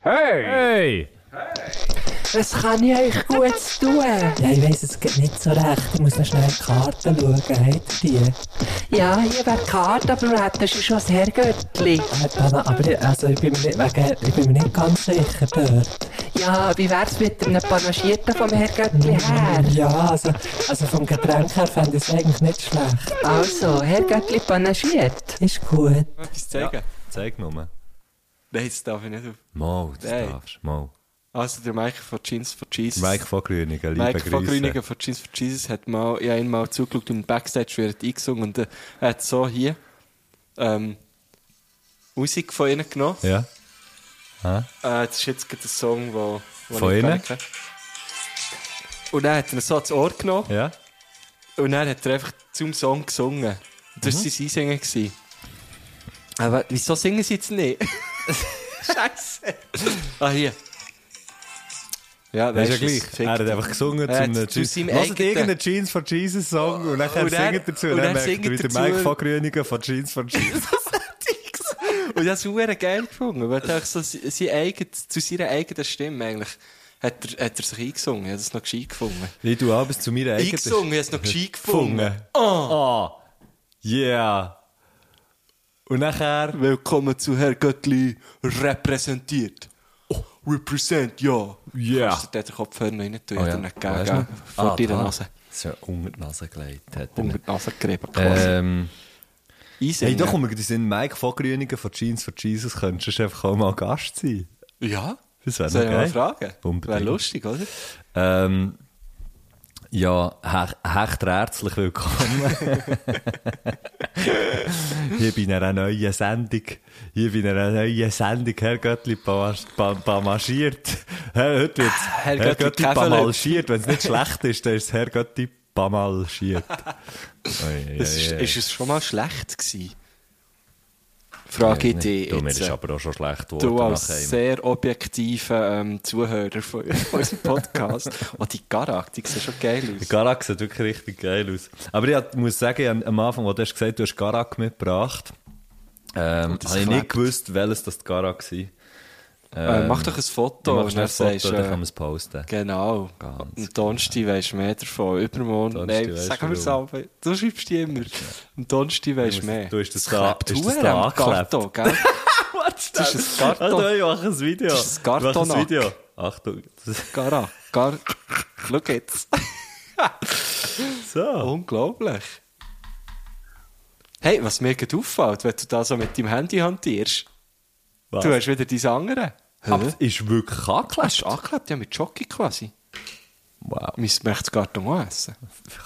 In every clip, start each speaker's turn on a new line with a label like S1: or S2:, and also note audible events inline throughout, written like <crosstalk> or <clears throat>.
S1: Hey!
S2: Hey!
S3: Es kann ja euch gut zu tun.
S4: Ja, ich weiss es geht nicht so recht. Ich muss noch schnell in die Karten schauen. Habt ihr die?
S3: Ja, hier wäre die Karte, aber du hättest schon das Herrgöttli.
S4: Äh, Dana, aber ich, also ich, bin mir nicht, wegen, ich bin mir nicht ganz sicher dort.
S3: Ja, wie wär's mit einem Panagierten vom Herrgöttli her?
S4: Ja, also, also vom Getränk her fände ich es eigentlich nicht schlecht.
S3: Also, Herrgöttli panagiert.
S4: Ist gut.
S5: Etwas zeigen?
S2: Zeig nur.
S5: Nein, das darf ich nicht auf.
S2: Mal, das
S5: Hey.
S2: darfst Mal.
S5: Also der Mike von Jeans for Jesus.
S2: Mike von Grüningen, liebe
S5: Mike
S2: Grüße.
S5: von Grüningen von Jeans for Jesus hat mal, ich habe ihn mal zugeschaut und Backstage wird eingesungen und äh, er hat so hier ähm, Musik von ihnen genommen.
S2: Ja.
S5: Äh, das ist jetzt gerade ein Song, wo, wo
S2: Von
S5: ich gar
S2: ihnen?
S5: nicht kenne. Und dann hat er ihn so ans Ohr genommen
S2: Ja.
S5: und dann hat er einfach zum Song gesungen. Das
S2: Mhm.
S5: war sein Einsingen. Gewesen. Aber wieso singen sie
S2: <laughs>
S5: jetzt nicht? Scheiße. Ah, hier. Ja,
S2: Das
S5: weißt
S2: ist ja
S5: du,
S2: gleich.
S5: es fickt.
S2: Er hat einfach gesungen
S5: Er
S2: zu
S5: hat
S2: einem
S5: zu seinem
S2: Hört
S5: eigenen-
S2: irgendeinen Jeans for Jesus Song und dann
S5: Und er-
S2: singt er dazu.
S5: und
S2: Und
S5: er
S2: dann merkt
S5: singt
S2: er wieder
S5: dazu.
S2: Mike von Grüningen von Jeans for Jesus.
S5: Und das super geil gefunden, weil er so se- sein eigen, zu seiner eigenen Stimme eigentlich hat er, hat er sich eingesungen, hat es noch gescheit gefunden.
S2: Ich tue abends zu mir eigenen.
S5: Eingesungen, ich hab's noch <laughs> gescheit gefunden.
S2: Oh. Yeah. Und nachher...
S5: Willkommen zu Herr Göttli, repräsentiert. Represent, ja.
S2: Oh. Yeah.
S5: Kannst du dir den Kopfhörer noch rein tun?
S2: Oh
S5: Oh,
S2: ja,
S5: ja.
S2: weiss
S5: Gegen,
S2: man.
S5: vor
S2: Ah,
S5: deiner
S2: da.
S5: Nase.
S2: Das ist ja unter die Nase gelegt. Hat er
S5: Unter
S2: nicht.
S5: die Nase gerieben quasi.
S2: ähm,
S5: Einsingen.
S2: hey, da
S5: um
S2: kommt mir gerade in den um Sinn, Mike von Grüningen von Jeans for Jesus könntest du einfach auch mal Gast sein.
S5: Ja?
S2: Das wäre
S5: Soll
S2: noch
S5: ich mal
S2: geil.
S5: fragen?
S2: Unbedingt.
S5: Wäre lustig, oder?
S2: Ähm, ja, he- hecht herzlich
S5: <laughs>
S2: willkommen. Hier bei einer neuen Sendung. Hier bei einer neuen Sendung. Herr Göttli pamas- pam- pamaschiert. Hä, Heute wird's Herr,
S5: Herr Göttli
S2: Göttli
S5: Käferle.
S2: pamalschiert. Wenn es nicht schlecht ist, dann ist es Herr Göttli pamalschiert.
S5: <laughs>
S2: Oi,
S5: Es
S2: oi,
S5: ist,
S2: oi.
S5: ist es schon mal schlecht gewesen? Frage Äh, ich dich
S2: Du, mir
S5: jetzt.
S2: ist aber auch schon schlecht geworden.
S5: Du als
S2: nachher.
S5: sehr objektiver ähm, Zuhörer von <laughs> von unserem Podcast. Oh, die Garak, die sehen schon geil
S2: Der
S5: aus.
S2: Garak sieht wirklich richtig geil aus. Aber ich hat- muss sagen, ich hab am Anfang, als du hast gesagt du hast Garak mitgebracht, ähm,
S5: Und das
S2: habe ich
S5: klebt.
S2: nicht gewusst, welches das die Garak war.
S5: äh, mach doch ein
S2: Du
S5: Foto.
S2: machst
S5: und dann
S2: ein
S5: sagst,
S2: Foto, dann
S5: äh,
S2: kann man es posten.
S5: Genau.
S2: Ganz
S5: Am Donnerstag weisst du mehr davon. Übermorgen.
S2: Donnerstag
S5: Nein,
S2: weisst
S5: sag
S2: du
S5: mir es
S2: warum.
S5: aber. Du schreibst die immer. Am Donnerstag weisst du mehr.
S2: Du hast das da,
S5: Klebt
S2: ist das
S5: verdammt
S2: da
S5: am
S2: angeklebt.
S5: Karton, gell? Das ist ein Karton.
S2: Alter, Ah, ich mache ein Video.
S5: Das ist ein
S2: Ich mache
S5: Kartonack.
S2: ein Video. Achtung. <laughs> Das,
S5: Garak. Gar. Schau jetzt. Oh,
S2: so.
S5: <laughs> Unglaublich. Hey, was mir gerade auffällt, wenn du da so mit deinem Handy hantierst,
S2: Was?
S5: du hast wieder dein andere.
S2: Aber es ist wirklich
S5: Hast
S2: angeklebt.
S5: du angeklebt? Ja, mit Jockey quasi.
S2: Wow.
S5: Wir möchten es gar nicht essen.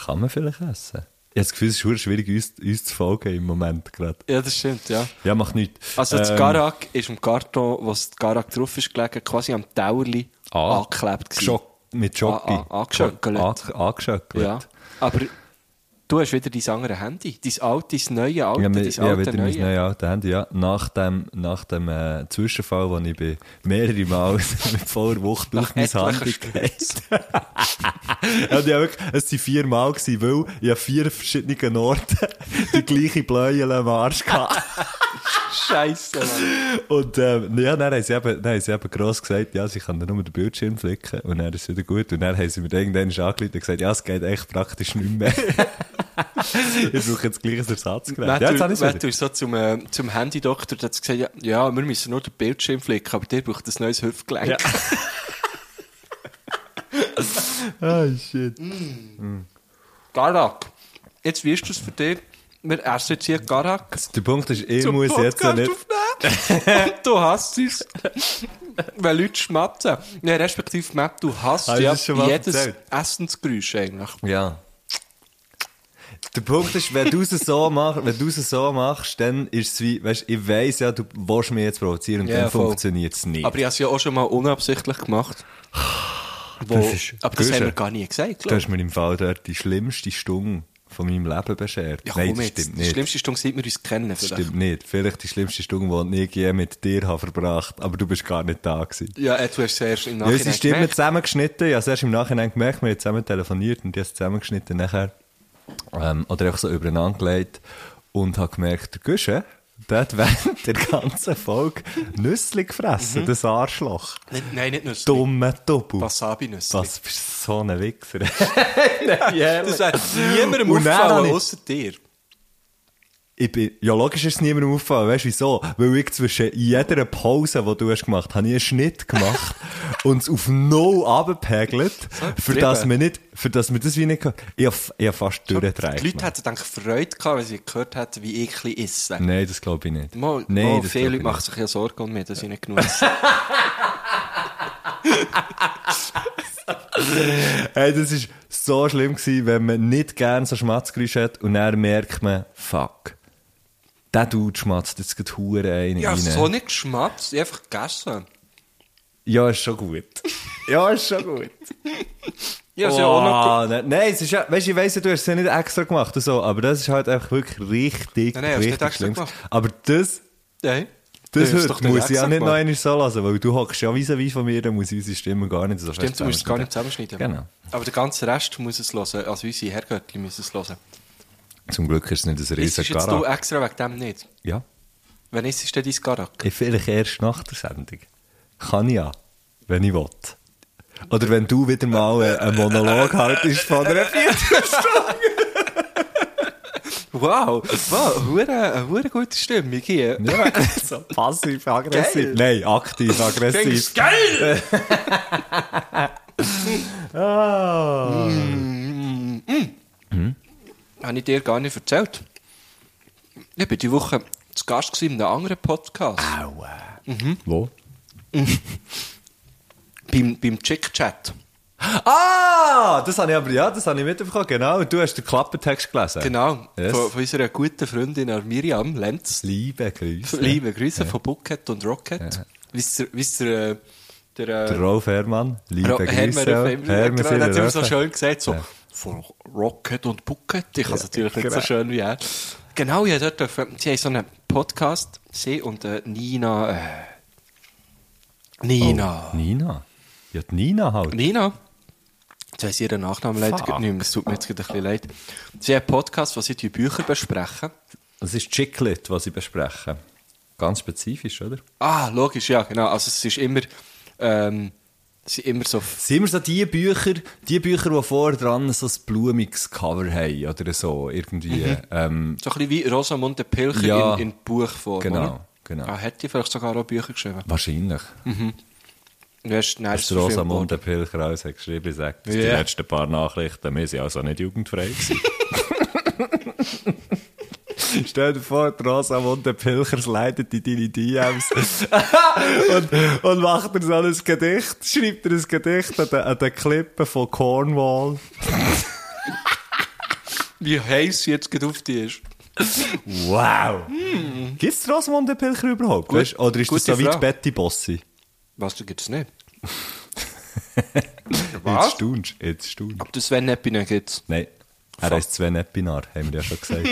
S2: Kann man vielleicht essen? Ich habe das Gefühl, es ist verdammt schwierig, uns, uns zu folgen im Moment gerade.
S5: Ja, das stimmt, ja.
S2: Ja, macht nichts.
S5: Also das
S2: Ähm,
S5: Garak ist am Karton, wo das Garak drauf ist gelegen, quasi am Tauerli
S2: Ah,
S5: angeklebt gewesen.
S2: Geschock- mit Jockey.
S5: Ah, ah, angeschöckelt.
S2: Ange- angeschöckelt.
S5: Ja. Aber du hast wieder dein andere Handy. Dein altes, neue, alte,
S2: Ja,
S5: dein
S2: mit,
S5: alte,
S2: ich habe wieder mein
S5: neue.
S2: neues Auto Handy, ja. Nach dem, nach dem äh, Zwischenfall, wo ich bin, mehrere Mal <laughs> mit voller Wucht durch
S5: Nach
S2: mein
S5: etlichen
S2: Handy gereist <laughs> ja, und ich habe wirklich, es waren vier Mal, gewesen, weil ich an vier verschiedenen Orten <laughs> die gleiche Bläuel am Arsch hatte.
S5: Scheiße, Mann.
S2: Und ähm, ja, dann haben sie eben, dann haben sie eben gross gesagt, ja, sie können nur den Bildschirm flicken und dann ist es wieder gut. Und dann haben sie mir irgendwann angeleitet und gesagt, ja, es geht echt praktisch nicht
S5: <laughs>
S2: mehr. ich brauche jetzt gleich ein Ersatzgerät. Ja, jetzt habe ich es
S5: Wenn
S2: wieder.
S5: du so zum, äh, zum Handy-Doktor der hat gesagt, ja, ja, wir müssen nur den Bildschirm flicken, aber der braucht ein neues Hüftgelenk.
S2: Ja. Ah, shit.
S5: Garak, jetzt wirst du es für dich. Wir essen jetzt hier Garak.
S2: Der Punkt ist, ich muss jetzt noch nicht... <laughs>
S5: aufnehmen. du hast es. Weil Leute schmatzen. Ja, respektive Map, du hast
S2: Habe ich
S5: ja
S2: das schon mal
S5: jedes
S2: erzählt?
S5: Essensgeräusch eigentlich.
S2: Ja. Der Punkt ist, wenn du es so machst, wenn du es so machst, dann ist es wie, weißt, ich weiss ja, du willst mich jetzt provozieren und
S5: Ja,
S2: dann
S5: voll.
S2: funktioniert es nicht.
S5: Aber ich habe es ja auch schon mal unabsichtlich gemacht. Wo,
S2: Das ist-
S5: aber das
S2: Grüße.
S5: haben wir gar nie gesagt,
S2: Du
S5: glaube
S2: hast mir im Fall dort die schlimmste Stunde von meinem Leben beschert.
S5: Ja, komm
S2: Nein, das
S5: jetzt.
S2: stimmt
S5: Die
S2: nicht.
S5: schlimmste Stunde, seit wir uns kennen.
S2: Das
S5: Vielleicht.
S2: stimmt nicht. Vielleicht die schlimmste Stunde, die ich je mit dir habe verbracht habe, aber du bist gar nicht da gewesen.
S5: Ja, äh, du hast es erst im
S2: Ja,
S5: Nachhinein
S2: unsere Stimmen
S5: gemerkt.
S2: zusammengeschnitten. Ich habe es erst im Nachhinein gemerkt, wir haben zusammen telefoniert und die haben es zusammengeschnitten nachher. Ähm, oder einfach so übereinander gelegt. Und habe gemerkt, der Güsche, dort während der ganzen Folge Nüssli
S5: Mhm.
S2: gefressen, das Arschloch.
S5: Nicht, nein, nicht Nüsse.
S2: Dumme Doppel.
S5: Wasabi-Nüsse.
S2: Was bist so ein
S5: <laughs>
S2: Wichser? <laughs>
S5: Das wäre niemandem
S2: Und dann habe
S5: aufgefallen,
S2: ich-
S5: außer dir.
S2: ich bin, ja, logisch ist es niemandem aufgefallen. Weißt du wieso? Weil ich zwischen jeder Pause, die du hast gemacht hast, habe ich einen Schnitt
S5: <laughs>
S2: gemacht und es auf null runterpegelt, für dass wir nicht, für dass wir das wie nicht, ich habe, ich habe fast durchgedreht.
S5: Die Leute hätten eigentlich Freude gehabt, wenn sie gehört hätten, wie ich ein bisschen esse.
S2: Nein, das glaube ich nicht.
S5: Mal,
S2: Nein,
S5: mal,
S2: das
S5: viele
S2: glaub ich
S5: Leute machen
S2: nicht.
S5: sich ja Sorgen um mich, dass ich nicht genug esse.
S2: Hey, das ist so schlimm gewesen, wenn man nicht gerne so Schmatzgeräusche hat und dann merkt man, fuck, der Dude schmatzt jetzt gerade Huren einen
S5: ja,
S2: rein.
S5: so nicht geschmatzt, ich habe einfach gegessen.
S2: Ja, ist schon
S5: <laughs>
S2: gut. Ja, ist schon gut.
S5: Ich habe es ja auch noch
S2: Oh, ne- Nein, es ist ja, weißt du, ich weiss ja, du hast es ja nicht extra gemacht und so, aber das ist halt einfach wirklich richtig,
S5: Nein, nein, hast du
S2: richtig
S5: nicht extra
S2: schlimm.
S5: gemacht.
S2: Aber das,
S5: Nein.
S2: das
S5: Du hast
S2: hört-
S5: doch den
S2: muss ich ja
S5: Exakt
S2: nicht noch
S5: gemacht.
S2: einmal so lassen, weil du hockst ja vis-à-vis von mir, dann muss ich unsere Stimme gar nicht so
S5: Stimmt, du musst es gar nicht zusammenschneiden.
S2: Genau.
S5: Aber der ganze Rest muss es hören. Also unsere Herrgöttli müssen es hören.
S2: Zum Glück ist es nicht ein riesen
S5: Ist jetzt du
S2: Garak.
S5: extra wegen dem nicht?
S2: Ja,
S5: Wenn ist es denn dein Garak?
S2: ich vielleicht erst nach der Sendung. Kann ich ja, wenn ich will. Oder wenn du wieder mal äh, einen
S5: <laughs>
S2: Monolog haltest von einer Viertelstunde.
S5: Wow, wow, hure, eine hure gute Stimmung hier.
S2: Ja, <laughs> so passiv, aggressiv. Nein, aktiv, aggressiv.
S5: Denkst geil?
S2: <laughs> Ah.
S5: Mm,
S2: Hm?
S5: Habe ich dir gar nicht erzählt. Ich war diese Woche zu Gast gewesen in einem anderen Podcast.
S2: Ah, Wo?
S5: Beim, beim Chick-Chat.
S2: Ah, das habe ich aber, ja, das habe ich mitbekommen, genau. Du hast den Klappentext gelesen.
S5: Genau.
S2: Yes.
S5: Von, von unserer guten Freundin der Miriam Lenz.
S2: Liebe Grüße.
S5: Liebe Grüße von Bucket und Rocket. Wisst ihr, wisst ihr, äh, der, äh,
S2: Der Rolf Herrmann, liebe
S5: Ro-
S2: Grüße.
S5: Hermann Röffel,
S2: Hermann
S5: genau, das hat immer so
S2: Röffel.
S5: schön gesagt, so von Rocket und Bucket. Ich kann es natürlich nicht so schön wie er. Genau, ja, dort dürfen, sie haben so einen Podcast, sie und äh, Nina, äh, Nina.
S2: Oh, Nina. Ja, die Nina halt.
S5: Nina, jetzt weiss ich ihren Nachnamen leider
S2: Fuck.
S5: gerade nicht mehr, es tut mir jetzt gerade ein bisschen leid. Sie haben einen Podcast, wo sie die Bücher besprechen.
S2: Das ist Chiclet, was ich bespreche. Ganz spezifisch, oder?
S5: Ah, logisch, ja, genau. Also es ist immer, ähm, es sind immer so
S2: Sind immer so die Bücher, die Bücher, die vorher dran so ein blumiges Cover haben oder so, irgendwie.
S5: Mhm.
S2: Ähm,
S5: So ein bisschen wie Rosamunde Pilcher
S2: Ja.
S5: in, in Buchform.
S2: Genau,
S5: oder?
S2: genau.
S5: Ah, hat die vielleicht sogar auch Bücher geschrieben?
S2: wahrscheinlich.
S5: Du hast den
S2: Hast du Rosamunde Pilcher alles hat geschrieben, sagt, dass die
S5: Ja.
S2: letzten paar Nachrichten, wir sind also nicht jugendfrei gewesen. <laughs> Stell dir vor, die Rosamunde Pilcher leitet in deine DMs <laughs> und, und macht dir so ein Gedicht, schreibt dir ein Gedicht an den, an den Klippen von Cornwall.
S5: Wie heiß sie jetzt gerade auf die ist.
S2: Wow! Gibt es Rosamunde Pilcher überhaupt?
S5: Gut-
S2: Weißt, oder ist das
S5: gute
S2: so wie die
S5: Frage.
S2: Betty Bossi?
S5: Was, du gibt's
S2: <laughs>
S5: nicht?
S2: Jetzt
S5: Was?
S2: staunst du, jetzt staunst du.
S5: Ob das Sven Eppinen gibt's?
S2: Nein, er
S5: Fuck.
S2: heisst Sven Epinar, haben wir ja schon gesagt.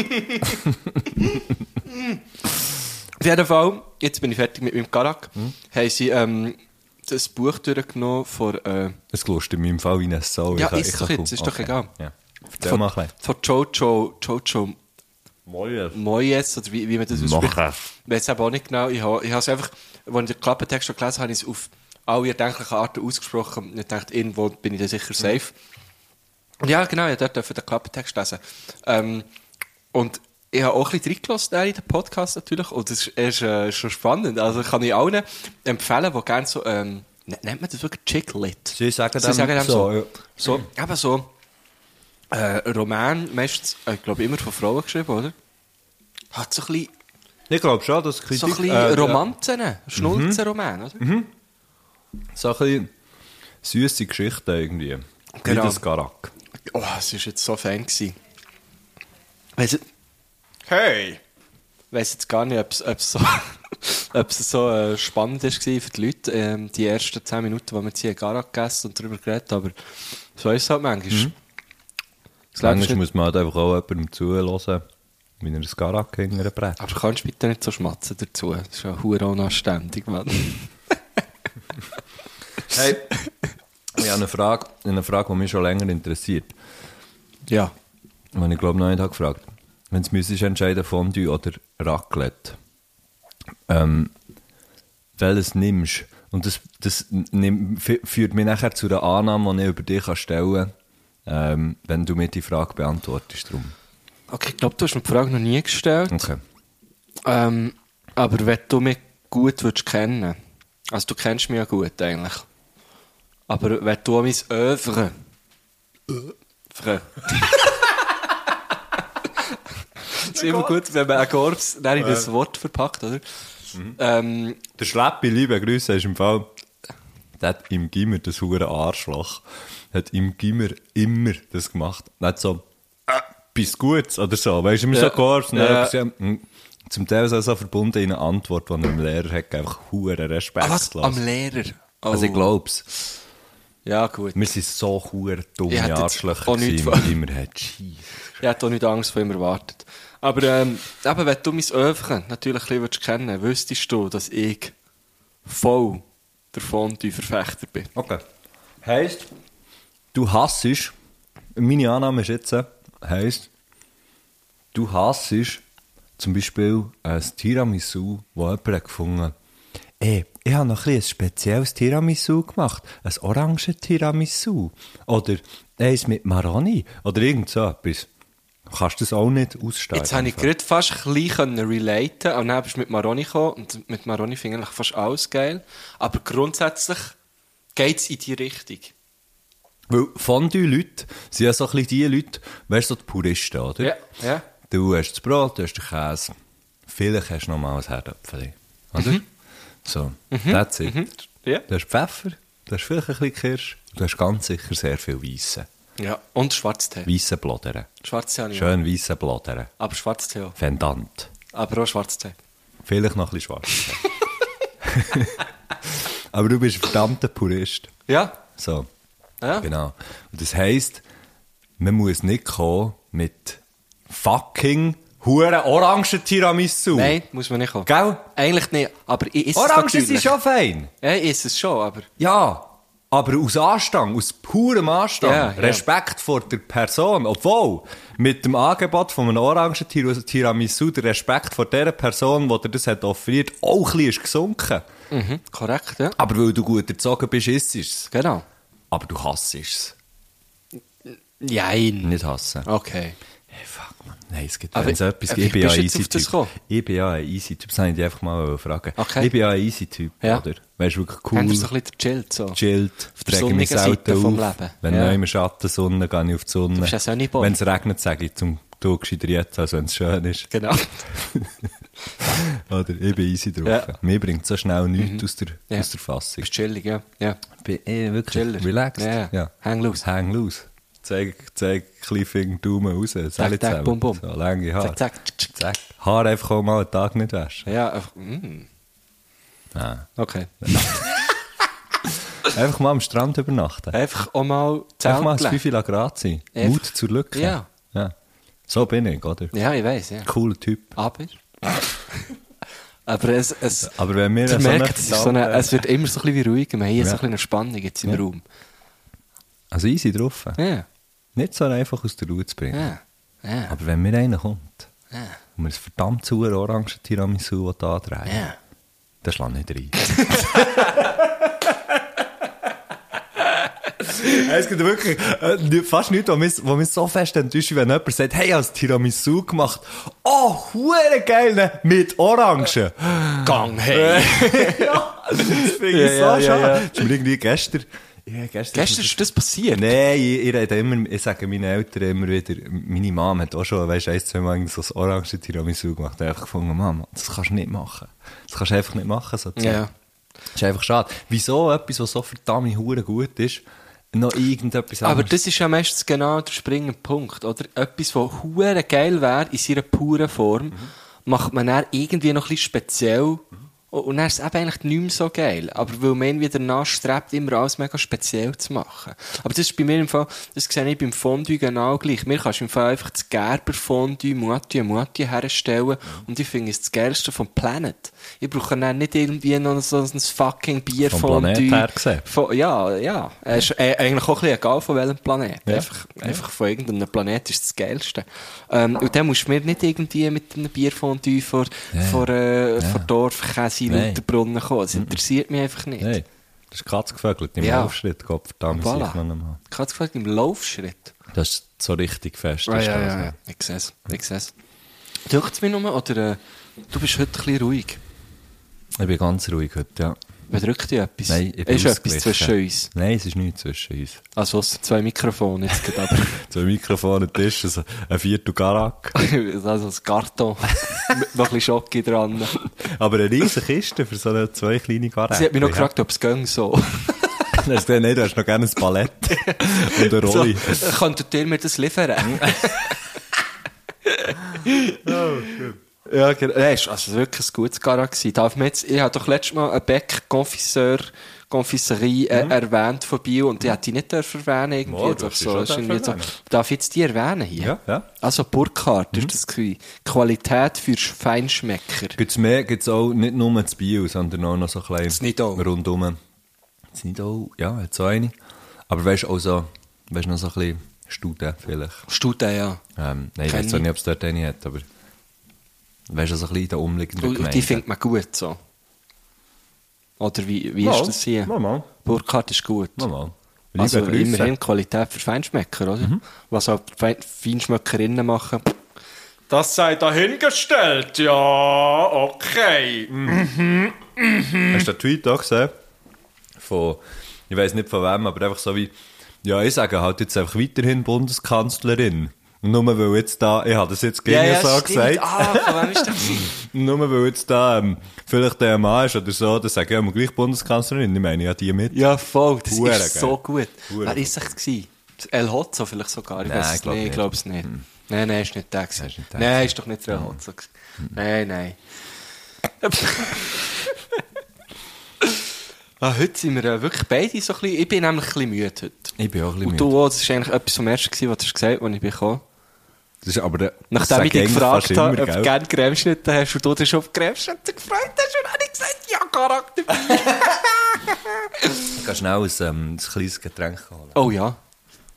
S5: Auf jeden Fall, jetzt bin ich fertig mit meinem Garak,
S2: Hm?
S5: haben sie ähm, das Buch durchgenommen von, äh,
S2: Es lässt in meinem Fall wie eine Sau.
S5: Ja,
S2: Ich kann-
S5: ist
S2: ich
S5: doch
S2: kann-
S5: jetzt, ist doch egal.
S2: Ja. Erzähl mal
S5: von,
S2: ein
S5: von Jojo, Jojo
S2: bisschen.
S5: Moyes, oder wie, wie man das ausspricht.
S2: Machen.
S5: Ich weiß aber auch nicht genau. Ich habe ich habe es einfach, als ich den Klappentext schon gelesen habe, habe ich es auf alle erdenklichen Arten ausgesprochen. Ich dachte, irgendwo bin ich da
S2: Mhm.
S5: sicher safe. Und Ja, genau, ich durfte dort den Klappentext lesen. Ähm, und ich habe auch ein bisschen reingelassen in den Podcast natürlich. Und das ist, er ist äh, schon spannend. Also kann ich allen empfehlen, die gerne so, ähm, ne- nennt man das wirklich Chicklit?
S2: Sie sagen
S5: Sie
S2: dem
S5: sagen dem
S2: so,
S5: so.
S2: ja.
S5: So, eben so. Äh, Roman, meistens, äh, ich glaube, immer von Frauen geschrieben, oder? Hat so ein bisschen
S2: Ich glaube schon, dass
S5: so
S2: Kritik...
S5: ein bisschen
S2: äh,
S5: Romanzen, Schnulzenroman, oder?
S2: So ein bisschen süsse Geschichten irgendwie.
S5: Genau.
S2: Wie das Garak.
S5: Oh, es war jetzt so fein. gewesen. Weiss ich... Hey! Ich weiss jetzt gar nicht, ob es- ob es so, <laughs> ob es so äh, spannend war für die Leute, ähm, die ersten 10 Minuten, wo wir jetzt hier Garak gegessen und darüber geredet haben, aber so ist es halt manchmal. Das Leben ist
S2: Manchmal
S5: nicht-
S2: muss man halt einfach auch jemandem zuhören, wie er das Garak hinterher brät.
S5: Aber kannst bitte nicht so schmatzen dazu. Das ist ja hure unanständig, Mann.
S2: Hey, ich habe eine Frage, eine Frage, die mich schon länger interessiert.
S5: Ja.
S2: Die ich glaube noch nicht habe gefragt. Wenn es müsstest entscheiden, Fondue oder Raclette? ähm, welches nimmst. Und das, das nimm, fü- führt mich nachher zu einer Annahme, die ich über dich kann stellen kann, ähm, wenn du mir die Frage beantwortest. Drum.
S5: Okay, ich glaube, du hast mir die Frage noch nie gestellt.
S2: Okay.
S5: Ähm, aber wenn du mich gut würdest kennen also du kennst mich ja gut eigentlich, aber wenn du auch mein Övre... Övre... <laughs> Es ist immer gut, wenn man einen Korps dann in das Wort verpackt, oder?
S2: Mhm.
S5: Ähm,
S2: Der Schleppi, liebe Grüße, ist im Fall, der hat im Gimmer, das hure Arschloch, hat im Gimmer immer das gemacht. Nicht so, äh, bis Gutes oder so. Weißt du, immer
S5: Ja.
S2: so Korps,
S5: Ja.
S2: ja. hm. zum Teil ist er so verbunden in eine Antwort, die er dem Lehrer hat, einfach hure Respekt
S5: ah, was? Am
S2: gelassen.
S5: Lehrer? Oh.
S2: Also ich glaub's.
S5: Ja, gut.
S2: Wir sind so hure
S5: Ich hätte
S2: dumme
S5: jetzt
S2: Arschlöcher
S5: auch nichts
S2: gewesen,
S5: von-
S2: wie immer hat. Scheiss.
S5: Ich hätte auch nicht Angst von ihm erwartet. Aber ähm, eben, wenn du mein Öfchen natürlich ein bisschen würdest kennen wüsstest du, dass ich voll der Fondue-Verfechter bin.
S2: Okay. Heißt, du hassisch, meine Annahme ist jetzt, heißt, du hassisch zum Beispiel ein Tiramisu, das jemand hat gefunden hat. Ey, ich habe noch ein, bisschen ein spezielles Tiramisu gemacht. Ein orangen Tiramisu. Oder eins mit Maroni. Oder irgend so etwas. Du kannst das auch nicht aussteigen.
S5: Jetzt habe ich gerade fast ein bisschen relaten können, aber dann bist du mit Maroni gekommen und mit Maroni finde ich eigentlich fast alles geil. Aber grundsätzlich geht es in die Richtung.
S2: Weil Fondue-Leute sind ja so ein bisschen die Leute, weißt du, so die Puristen, oder?
S5: Ja, ja.
S2: Du hast das Brot, du hast den Käse. Vielleicht hast du noch mal ein Herdöpfchen. Oder? So, that's it.
S5: Mhm. Ja.
S2: Du hast Pfeffer, du hast vielleicht ein bisschen Kirsch. Du hast ganz sicher sehr viel Weisse.
S5: ja. Und Schwarztee.
S2: Weisse Blodere.
S5: Schwarztee habe ich auch.
S2: Schön weisse Blodere.
S5: Aber Schwarztee auch.
S2: Fendant.
S5: Aber auch Schwarztee.
S2: Vielleicht noch ein bisschen
S5: <laughs>
S2: schwarz. Aber du bist ein verdammter Purist.
S5: Ja.
S2: So.
S5: Ja.
S2: Genau. Und das heisst, man muss nicht kommen mit fucking huren orangen Tiramisu.
S5: Nein, muss man nicht kommen.
S2: Gell?
S5: Eigentlich nicht, aber ich esse
S2: Orangen
S5: es
S2: sind
S5: natürlich.
S2: schon fein.
S5: Ja, ich esse es schon, aber...
S2: Ja. Aber aus Anstand, aus purem Anstand,
S5: Ja, ja.
S2: Respekt vor der Person, obwohl mit dem Angebot von einem orangen Tir- Tiramisu der Respekt vor der Person, die dir das hat offeriert, auch ein bisschen ist gesunken.
S5: Mhm. Korrekt, ja.
S2: Aber weil du gut erzogen bist, isst du es.
S5: Genau.
S2: Aber du hasst es.
S5: Nein.
S2: Nicht hassen.
S5: Okay.
S2: Hey, fuck, man. Nein, es gibt
S5: Aber
S2: wenn so etwas.
S5: wie
S2: Ich bin ja
S5: bist
S2: ein
S5: du jetzt auf
S2: easy
S5: das
S2: Typ.
S5: gekommen?
S2: Ich bin ja ein easy Typ. Das wollte ich dich einfach mal fragen.
S5: Okay.
S2: Ich bin ja ein easy Typ,
S5: Ja.
S2: oder? Weißt du, wirklich
S5: Cool. Haben
S2: cool,
S5: wir so ein bisschen gechillt, so.
S2: chillt,
S5: der
S2: träge mich
S5: sonnigen Seite
S2: selten auf.
S5: vom Leben.
S2: Wenn
S5: Ja.
S2: ja. im Schatten Sonne, gehe ich auf die Sonne.
S5: bist ein Sonnyboy.
S2: Wenn es regnet, sage ich zum Du gescheiter jetzt, als wenn es schön ist.
S5: Genau. <laughs>
S2: Oder? Ich bin easy drauf.
S5: Ja. Mhm.
S2: Mir bringt so schnell nichts aus, der,
S5: Ja.
S2: aus der Fassung.
S5: Bist chillig, ja. ja.
S2: Ich bin eh wirklich
S5: Chiller.
S2: relaxed.
S5: Ja, ja. Hang loose.
S2: Hang loose. Zeig, zeig Cliffing Daumen raus. Zack,
S5: zack, bum, bum.
S2: So, lange Haare.
S5: Zack, zack, tsch, tsch,
S2: Zack. Haar einfach auch mal einen Tag nicht waschen.
S5: Ja, einfach, mm.
S2: Ah.
S5: Okay.
S2: Einfach mal am Strand übernachten.
S5: Einfach auch mal
S2: Einfach mal ein
S5: zelteln.
S2: Fünfe Grad sein.
S5: Äh, Einfach-
S2: Mut zur Lücke.
S5: Ja.
S2: ja. So bin ich, oder?
S5: Ja, ich weiß, ja.
S2: Cooler Typ. <laughs>
S5: Aber. Aber es. es
S2: Aber wenn wir also
S5: ihr
S2: so
S5: merkt,
S2: eine
S5: es, ist so eine,
S2: verdammte-
S5: es wird immer so ein bisschen ruhiger. Wir haben hier so
S2: Ja.
S5: ein bisschen eine Spannung jetzt im
S2: Ja.
S5: Raum.
S2: Also easy drauf.
S5: Ja,
S2: Nicht so einfach aus der Ruhe zu bringen.
S5: ja, ja,
S2: Aber wenn mir einer kommt
S5: ja,
S2: und mir ein verdammt sauer orangen Tiramisu will antreiben will,
S5: ja.
S2: dann schlag nicht
S5: <laughs>
S2: rein. Es gibt wirklich äh, ni- fast nichts, was mich, was mich so fest enttäuscht, wenn jemand sagt, hey, ich habe ein Tiramisu gemacht. Oh, hure geil, ne? mit Orangen.
S5: Gang, hey!
S2: <laughs> Das finde ich so
S5: Ja, ja, ja,
S2: schade.
S5: ja.
S2: Das ist mir irgendwie gestern... Ja, gestern
S5: Gestern ist das passiert.
S2: Nein, ich, ich rede immer, ich sage meinen Eltern immer wieder, meine Mom hat auch schon, weißt du, ein, zwei Mal so ein orange Tiramisu gemacht. Ich habe einfach gefunden, Mama, das kannst du nicht machen. Das kannst du einfach nicht machen, so Zeug.
S5: Ja.
S2: Das ist einfach schade. Wieso etwas, was so verdammt hure gut ist, noch irgendetwas
S5: Aber
S2: anderes?
S5: das ist ja meistens genau der springende Punkt, oder? Etwas, was
S2: Mhm.
S5: hure geil wäre in seiner puren Form, macht man dann irgendwie noch ein bisschen speziell Und und dann ist es eben eigentlich nicht mehr so geil. Aber weil man irgendwie danach strebt, immer alles mega speziell zu machen. Aber das ist bei mir im Fall, das sehe ich beim Fondue genau gleich. Mir kannst du im Fall einfach das Gerber Fondue Mutti Mutti herstellen
S2: Mhm.
S5: und ich finde es das geilste vom Planet. Ich brauche dann nicht irgendwie noch so ein fucking Bier
S2: Vom
S5: Fondue.
S2: Planet her gesehen.
S5: Von, ja, ja. Es ist äh, eigentlich auch ein bisschen egal, von welchem Planet.
S2: Ja.
S5: Einfach, einfach von irgendeinem Planet ist das Geilste. Ähm, und dann musst du mir nicht irgendwie mit einem Bierfondue vor, vor, äh, vor Dorfkäse in
S2: Nein.
S5: Lauterbrunnen kommen. Das interessiert mich einfach nicht.
S2: Nein, das ist Katz gefögelt im
S5: Ja.
S2: Laufschritt, Gott verdammt,
S5: Voilà.
S2: sieht man nochmal.
S5: Ich habe gefragt, im Laufschritt. Ah,
S2: Das ist so richtig fest. ist das, ne?
S5: Ich sehe es. Ich sehe es. Drückt es mich nur, oder äh, du bist heute ein bisschen ruhig?
S2: Ich bin ganz ruhig heute, ja.
S5: Wer drückt dir etwas?
S2: Nein, ich bin
S5: ist etwas
S2: ausgeglichen.
S5: zwischen uns.
S2: Nein, es ist nichts zwischen uns.
S5: Also ausser zwei Mikrofone jetzt gerade, aber... <laughs>
S2: Zwei Mikrofone, ein Tisch, also ein Viertel Garak.
S5: also
S2: <laughs>
S5: das Karton. Mit noch ein bisschen Schocke dran.
S2: Aber eine riesige Kiste für so eine zwei kleine Garak.
S5: Sie hat mich noch gefragt, ob es ging so.
S2: Ja. Dann hast du gesagt, nein, du hast noch gerne ein <laughs> Palett und eine
S5: so
S2: Rolli.
S5: könntet ihr mir
S2: <laughs>
S5: das liefern? Oh, ja, genau. Nein, es war also wirklich ein gutes Gara. gewesen. Darf man jetzt, ich habe doch letztes Mal einen Beck Confiseur, Confiserie äh, erwähnt von Bio und ich hätte die nicht dürfen erwähnen irgendwie.
S2: Mal,
S5: jetzt
S2: darfst
S5: auch
S2: du schon
S5: ist irgendwie
S2: dürfen
S5: so. Darf ich jetzt die erwähnen hier?
S2: Ja, ja. Mhm.
S5: Also Burkhardt ist das gewesen. Qualität für Feinschmecker.
S2: Gibt es mehr, gibt es auch nicht nur das Bio, sondern auch noch so klein
S5: Nidau.
S2: rundum. Das Nidau, ja, hat so eine. Aber weißt du, auch so, weißt du, noch so ein bisschen Studien vielleicht.
S5: Studien, ja.
S2: Ähm, nein, ich
S5: Kenn
S2: weiß auch
S5: ich.
S2: nicht, ob es dort eine hat, aber weißt du, so ein bisschen in den umliegenden
S5: Und, und die findet man gut so. Oder wie, wie ist das hier?
S2: Normal,
S5: Burkhardt ist gut.
S2: normal. Liebe
S5: Also
S2: Grüße. Mhm.
S5: immerhin Qualität für Feinschmecker, oder? Was auch Fein- Feinschmeckerinnen machen.
S1: Das sei dahingestellt, ja, okay.
S2: Hast du den Tweet auch gesehen? Von, ich weiß nicht von wem, aber einfach so wie, ja, ich sage halt jetzt einfach weiterhin Bundeskanzlerin. Nur weil jetzt da, ich habe das jetzt gegen so gesagt,
S5: Ah, von wem ist das?
S2: <laughs> nur weil jetzt da ähm, vielleicht der Mann ist oder so, dann sage ich immer gleich Bundeskanzlerin. Ich meine, ja, die mit.
S5: ja, voll, das
S2: Hure
S5: ist so
S2: geil.
S5: gut.
S2: Hure
S5: Wer
S2: gut.
S5: ist das gewesen? Das El Hotzo vielleicht sogar? Ich
S2: Nein,
S5: weiß
S2: ich
S5: es
S2: glaub
S5: nicht, ich
S2: nicht. Hm.
S5: glaube es nicht. Nein, nein, ist nicht der gewesen.
S2: ist nicht der Hm.
S5: Nein, ist doch nicht der El Hotzo gewesen. Nein, nein. <laughs> ah, heute sind wir äh, wirklich beide so ein bisschen, ich bin nämlich ein bisschen müde heute.
S2: Ich bin auch ein bisschen
S5: Und
S2: müde.
S5: du auch, das war eigentlich etwas vom Ersten, gewesen, was du hast gesagt hast, als ich bin gekommen
S2: Das ist aber der, das
S5: Nachdem
S2: sage
S5: ich dich
S2: eigentlich
S5: gefragt
S2: fast
S5: habe,
S2: immer,
S5: ob du
S2: gell?
S5: gerne Cremeschnitte hast und du dich auf Cremeschnitte gefreut hast, und habe ich gesagt, ja, Charakter.
S2: Ich kann schnell ein, ähm, ein kleines Getränk holen.
S5: oh ja.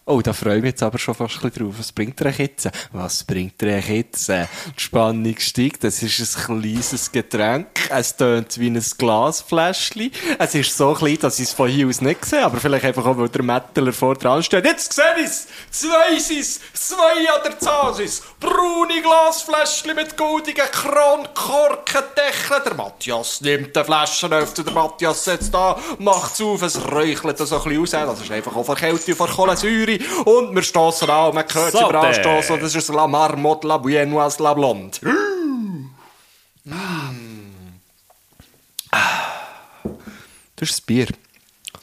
S5: Oh, da freue ich mich jetzt aber schon fast ein bisschen drauf. Was bringt der Kitze? Was bringt der Kitze? Die Spannung steigt. Es ist ein kleines Getränk. Es tönt wie ein Glasfläschchen. Es ist so klein, dass ich es von hier aus nicht sehe, aber vielleicht einfach auch, weil der Mettler vor dran steht. Jetzt
S1: Jetzt sehe ich's. Zwei sie's, zwei an der Zahl sie's. Braune Glasfläschchen mit goldigen Kronkorkendeckeln. Der Matthias nimmt den Flaschenöffner, der Matthias setzt an, macht's auf, es röchelt so ein bisschen aus. Das ist einfach auch von Kälte und von Kohlensäure. Und wir stossen an, man hört es
S5: Santé.
S1: über Anstossen. Das ist La Marmotte, La Buenoise, La Blonde.
S5: Ah. Das ist ein Bier.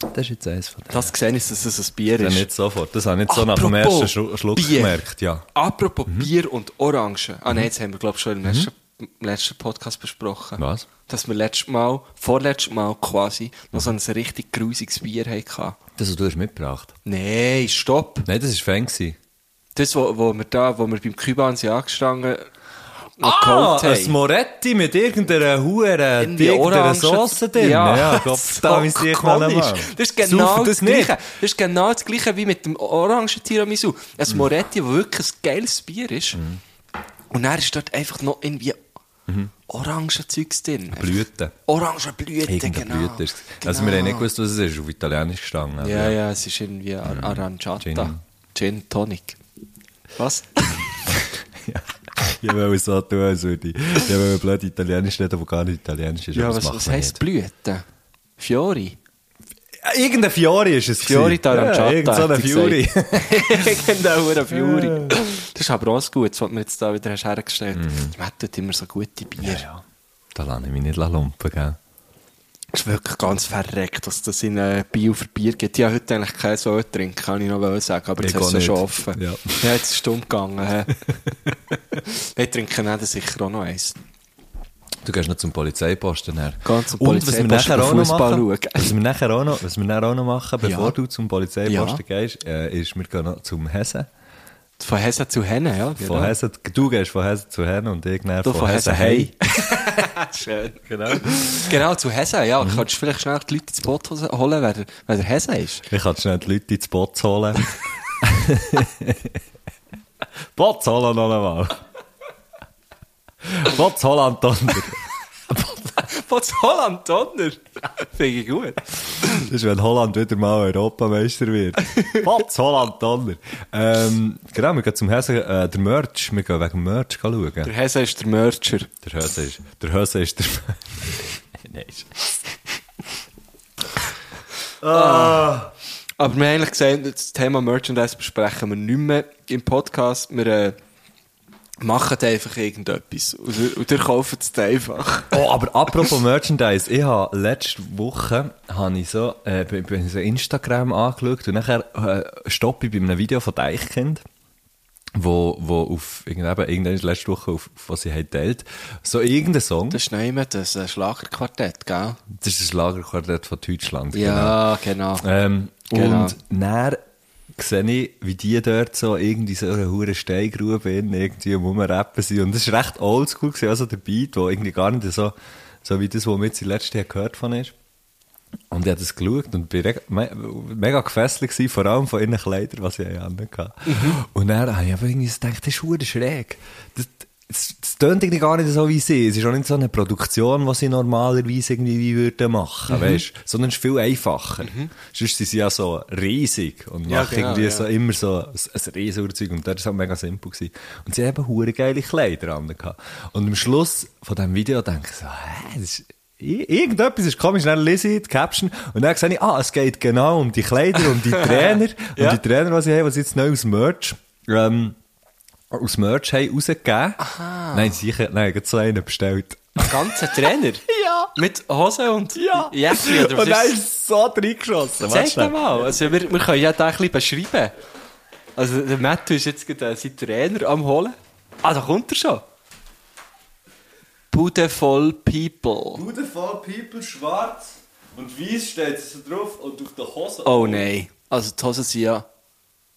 S2: Das ist jetzt eins von denen.
S5: Das gesehen ist, dass es ein Bier
S2: Das
S5: ist.
S2: habe ich nicht sofort. Das habe ich nicht so nach dem ersten
S5: Apropos
S2: Schlu- Schluck
S5: Bier.
S2: gemerkt, ja. Mhm.
S5: Apropos Bier und Orangen. Ah nein, jetzt haben wir, glaube ich, schon im letzten, im letzten Podcast besprochen.
S2: Was?
S5: Dass wir letztes Mal, vorletztes Mal quasi, noch so ein richtig grusiges Bier hatten.
S2: Das, was du hast mitgebracht.
S5: Nein, stopp.
S2: Nein, das war Fan. gewesen.
S5: Das, wo, wo wir da, wo wir beim Kübans ja angestanden noch
S2: Ah,
S5: geholt
S2: ein Moretti mit irgendeiner huren
S5: Irgendwie
S2: dickeren
S5: Orange-
S2: Soße drin. Ja,
S5: <laughs>
S2: Gott, da muss ich echt mal
S5: komisch.
S2: machen.
S5: Das ist genau
S2: Saufen
S5: das,
S2: das
S5: Gleiche.
S2: nicht.
S5: Das ist genau das Gleiche wie mit dem orangen Tiramisu. Ein
S2: Mhm.
S5: Moretti, das wirklich ein geiles Bier ist. Und dann ist dort einfach noch irgendwie
S2: Mhm.
S5: Orangenzeugs drin.
S2: Blüten.
S5: Orangenblüte,
S2: Irgendeine
S5: genau.
S2: Blüte ist es. Also wir haben nicht gewusst, was es ist. Auf Italienisch gestanden. <laughs>
S5: Ja, ja, es ist irgendwie Ar Aranciata. Gin.
S2: Gin.
S5: Tonic. Was?
S2: Ich will es so tun, als würde ich... Ich will blöd Italienisch reden, wo gar nicht Italienisch ist.
S5: ja,
S2: aber
S5: was,
S2: das
S5: was
S2: macht man
S5: heisst Blüte? Fiori.
S2: nicht. Äh, Irgendein Fiori ist es.
S5: Fiori
S2: gewesen. Ja,
S5: d'Aranciata,
S2: irgend so
S5: hätte
S2: ein
S5: ich
S2: Fiori. <laughs>
S5: genau, eine Fiori. Das ist aber auch ein gutes, was du mir jetzt da wieder hast hergestellt
S2: Mhm.
S5: hast. Man tut immer so
S2: <laughs>
S5: gute Bier.
S2: Da lasse ich mich nicht lumpen, gell?
S5: Das ist wirklich ganz verreckt, dass das in äh, Bio für Bier gibt. Ich habe heute eigentlich kein Soll trinken, kann ich noch wollen sagen, aber
S2: Ich
S5: jetzt hast
S2: auch
S5: du es
S2: nicht.
S5: schon offen.
S2: Ja. <laughs>
S5: ja, jetzt ist es dumm gegangen. hä? ich trinke dann sicher auch noch eins.
S2: Du gehst noch zum Polizeiposten her.
S5: Ganz zum
S2: Und was wir
S5: Polizeiposten
S2: nachher auch noch
S5: Fussball
S2: machen,
S5: schauen.
S2: was wir nachher auch noch, was wir nachher auch noch machen, bevor
S5: Ja.
S2: du zum Polizeiposten gehst, äh, ist, wir gehen noch zum Hessen.
S5: Von Hessen zu Hennen, ja. Genau.
S2: Von Hessen, du gehst von Hessen zu Hessen und ich nachher
S5: Du von Hessen hey.
S2: hey. <laughs>
S5: <laughs> Schön.
S2: Genau.
S5: Genau, zu Hessen, ja. Mhm. Kannst du vielleicht schnell die Leute ins Boot holen, wenn der, wenn der Hessen ist?
S2: Ich kann schnell die Leute ins Boot holen. <laughs> Boot holen noch einmal. Boot holen, Anton.
S5: Von Holland Donner. <laughs> Finde ich gut.
S2: Das ist, wenn Holland wieder mal Europameister wird. Boot holen, Donner. Ähm, genau, wir gehen zum Hessen, äh, der Merch, wir gehen wegen Merch schauen.
S5: Der Hessen ist der Mercher.
S2: Der Höse ist der. Höse ist der <laughs> Nein, ist-
S5: Aber wir haben eigentlich gesehen, das Thema Merchandise besprechen wir nicht mehr im Podcast. Wir äh, machen einfach irgendetwas. Und ihr- Und ihr kauft es einfach.
S2: Oh, aber apropos Merchandise, ich habe letzte Woche habe ich so, äh, bin, bin so Instagram angeschaut und nachher äh, stoppe ich bei einem Video von Deichkind, wo, wo auf irgendein, irgendwann letzte Woche auf, auf was sie haben teilt, so irgendein Song.
S5: Das ist nicht mehr das äh, Schlagerquartett, gell?
S2: Das ist das Lagerquartett von Deutschland.
S5: Ja, genau.
S2: Ähm,
S5: Genau.
S2: Und dann sehe ich, wie die dort so irgendwie so eine hure Steingrube in irgendwie am Rumrappen sind. Und das ist recht oldschool gewesen, also der Beat, der irgendwie gar nicht so, so wie das, was wir jetzt im letzten Jahr gehört von ist. Und ich habe das geschaut und bin reg- me mega gefesselt gewesen, vor allem von ihren Kleidern, was ich anhatte.
S5: Mhm.
S2: Und dann habe ich aber irgendwie so gedacht, das ist hure schräg. Das, das, das tönt irgendwie gar nicht so wie sie. Es ist auch nicht so eine Produktion, die sie normalerweise irgendwie wie würden machen,
S5: Mhm.
S2: weißt? Sondern es ist viel einfacher. Sonst sind sie ja so riesig und machen
S5: Ja, genau,
S2: irgendwie
S5: ja.
S2: so immer so ein, ein Riesenurzeug und das war halt mega simpel. Gewesen. Und sie haben eben hure geile Kleider an. Und am Schluss von diesem Video denke ich so, hä, das ist, i- irgendetwas ist komisch. Dann lese ich die Caption und dann sehe ich, ah, es geht genau um die Kleider, um
S5: <laughs>
S2: die Trainer,
S5: Ja.
S2: um die Trainer, was sie haben, was jetzt neu aus Merch, ähm, aus Merch haben rausgegeben. Aha. Nein, sicher, nein, gerade so einen bestellt.
S5: Ein ganzer Trainer? <laughs> ja. Oh, Mit Hose und
S2: Ja.
S5: Jäckli <laughs> oder was
S2: <laughs> und dann
S5: ist
S2: ist es so reingeschossen.
S5: Zeig
S2: Warte
S5: dir
S2: schnell.
S5: mal. Also wir, wir können ja den ein bisschen beschreiben. Also der Matthew ist jetzt gerade äh, seinen Trainer am holen. Ah, da kommt er schon. Bude voll People.
S2: Bude voll People schwarz und weiß steht es drauf und auf der Hose.
S5: Oh nein. Also die Hosen sind ja...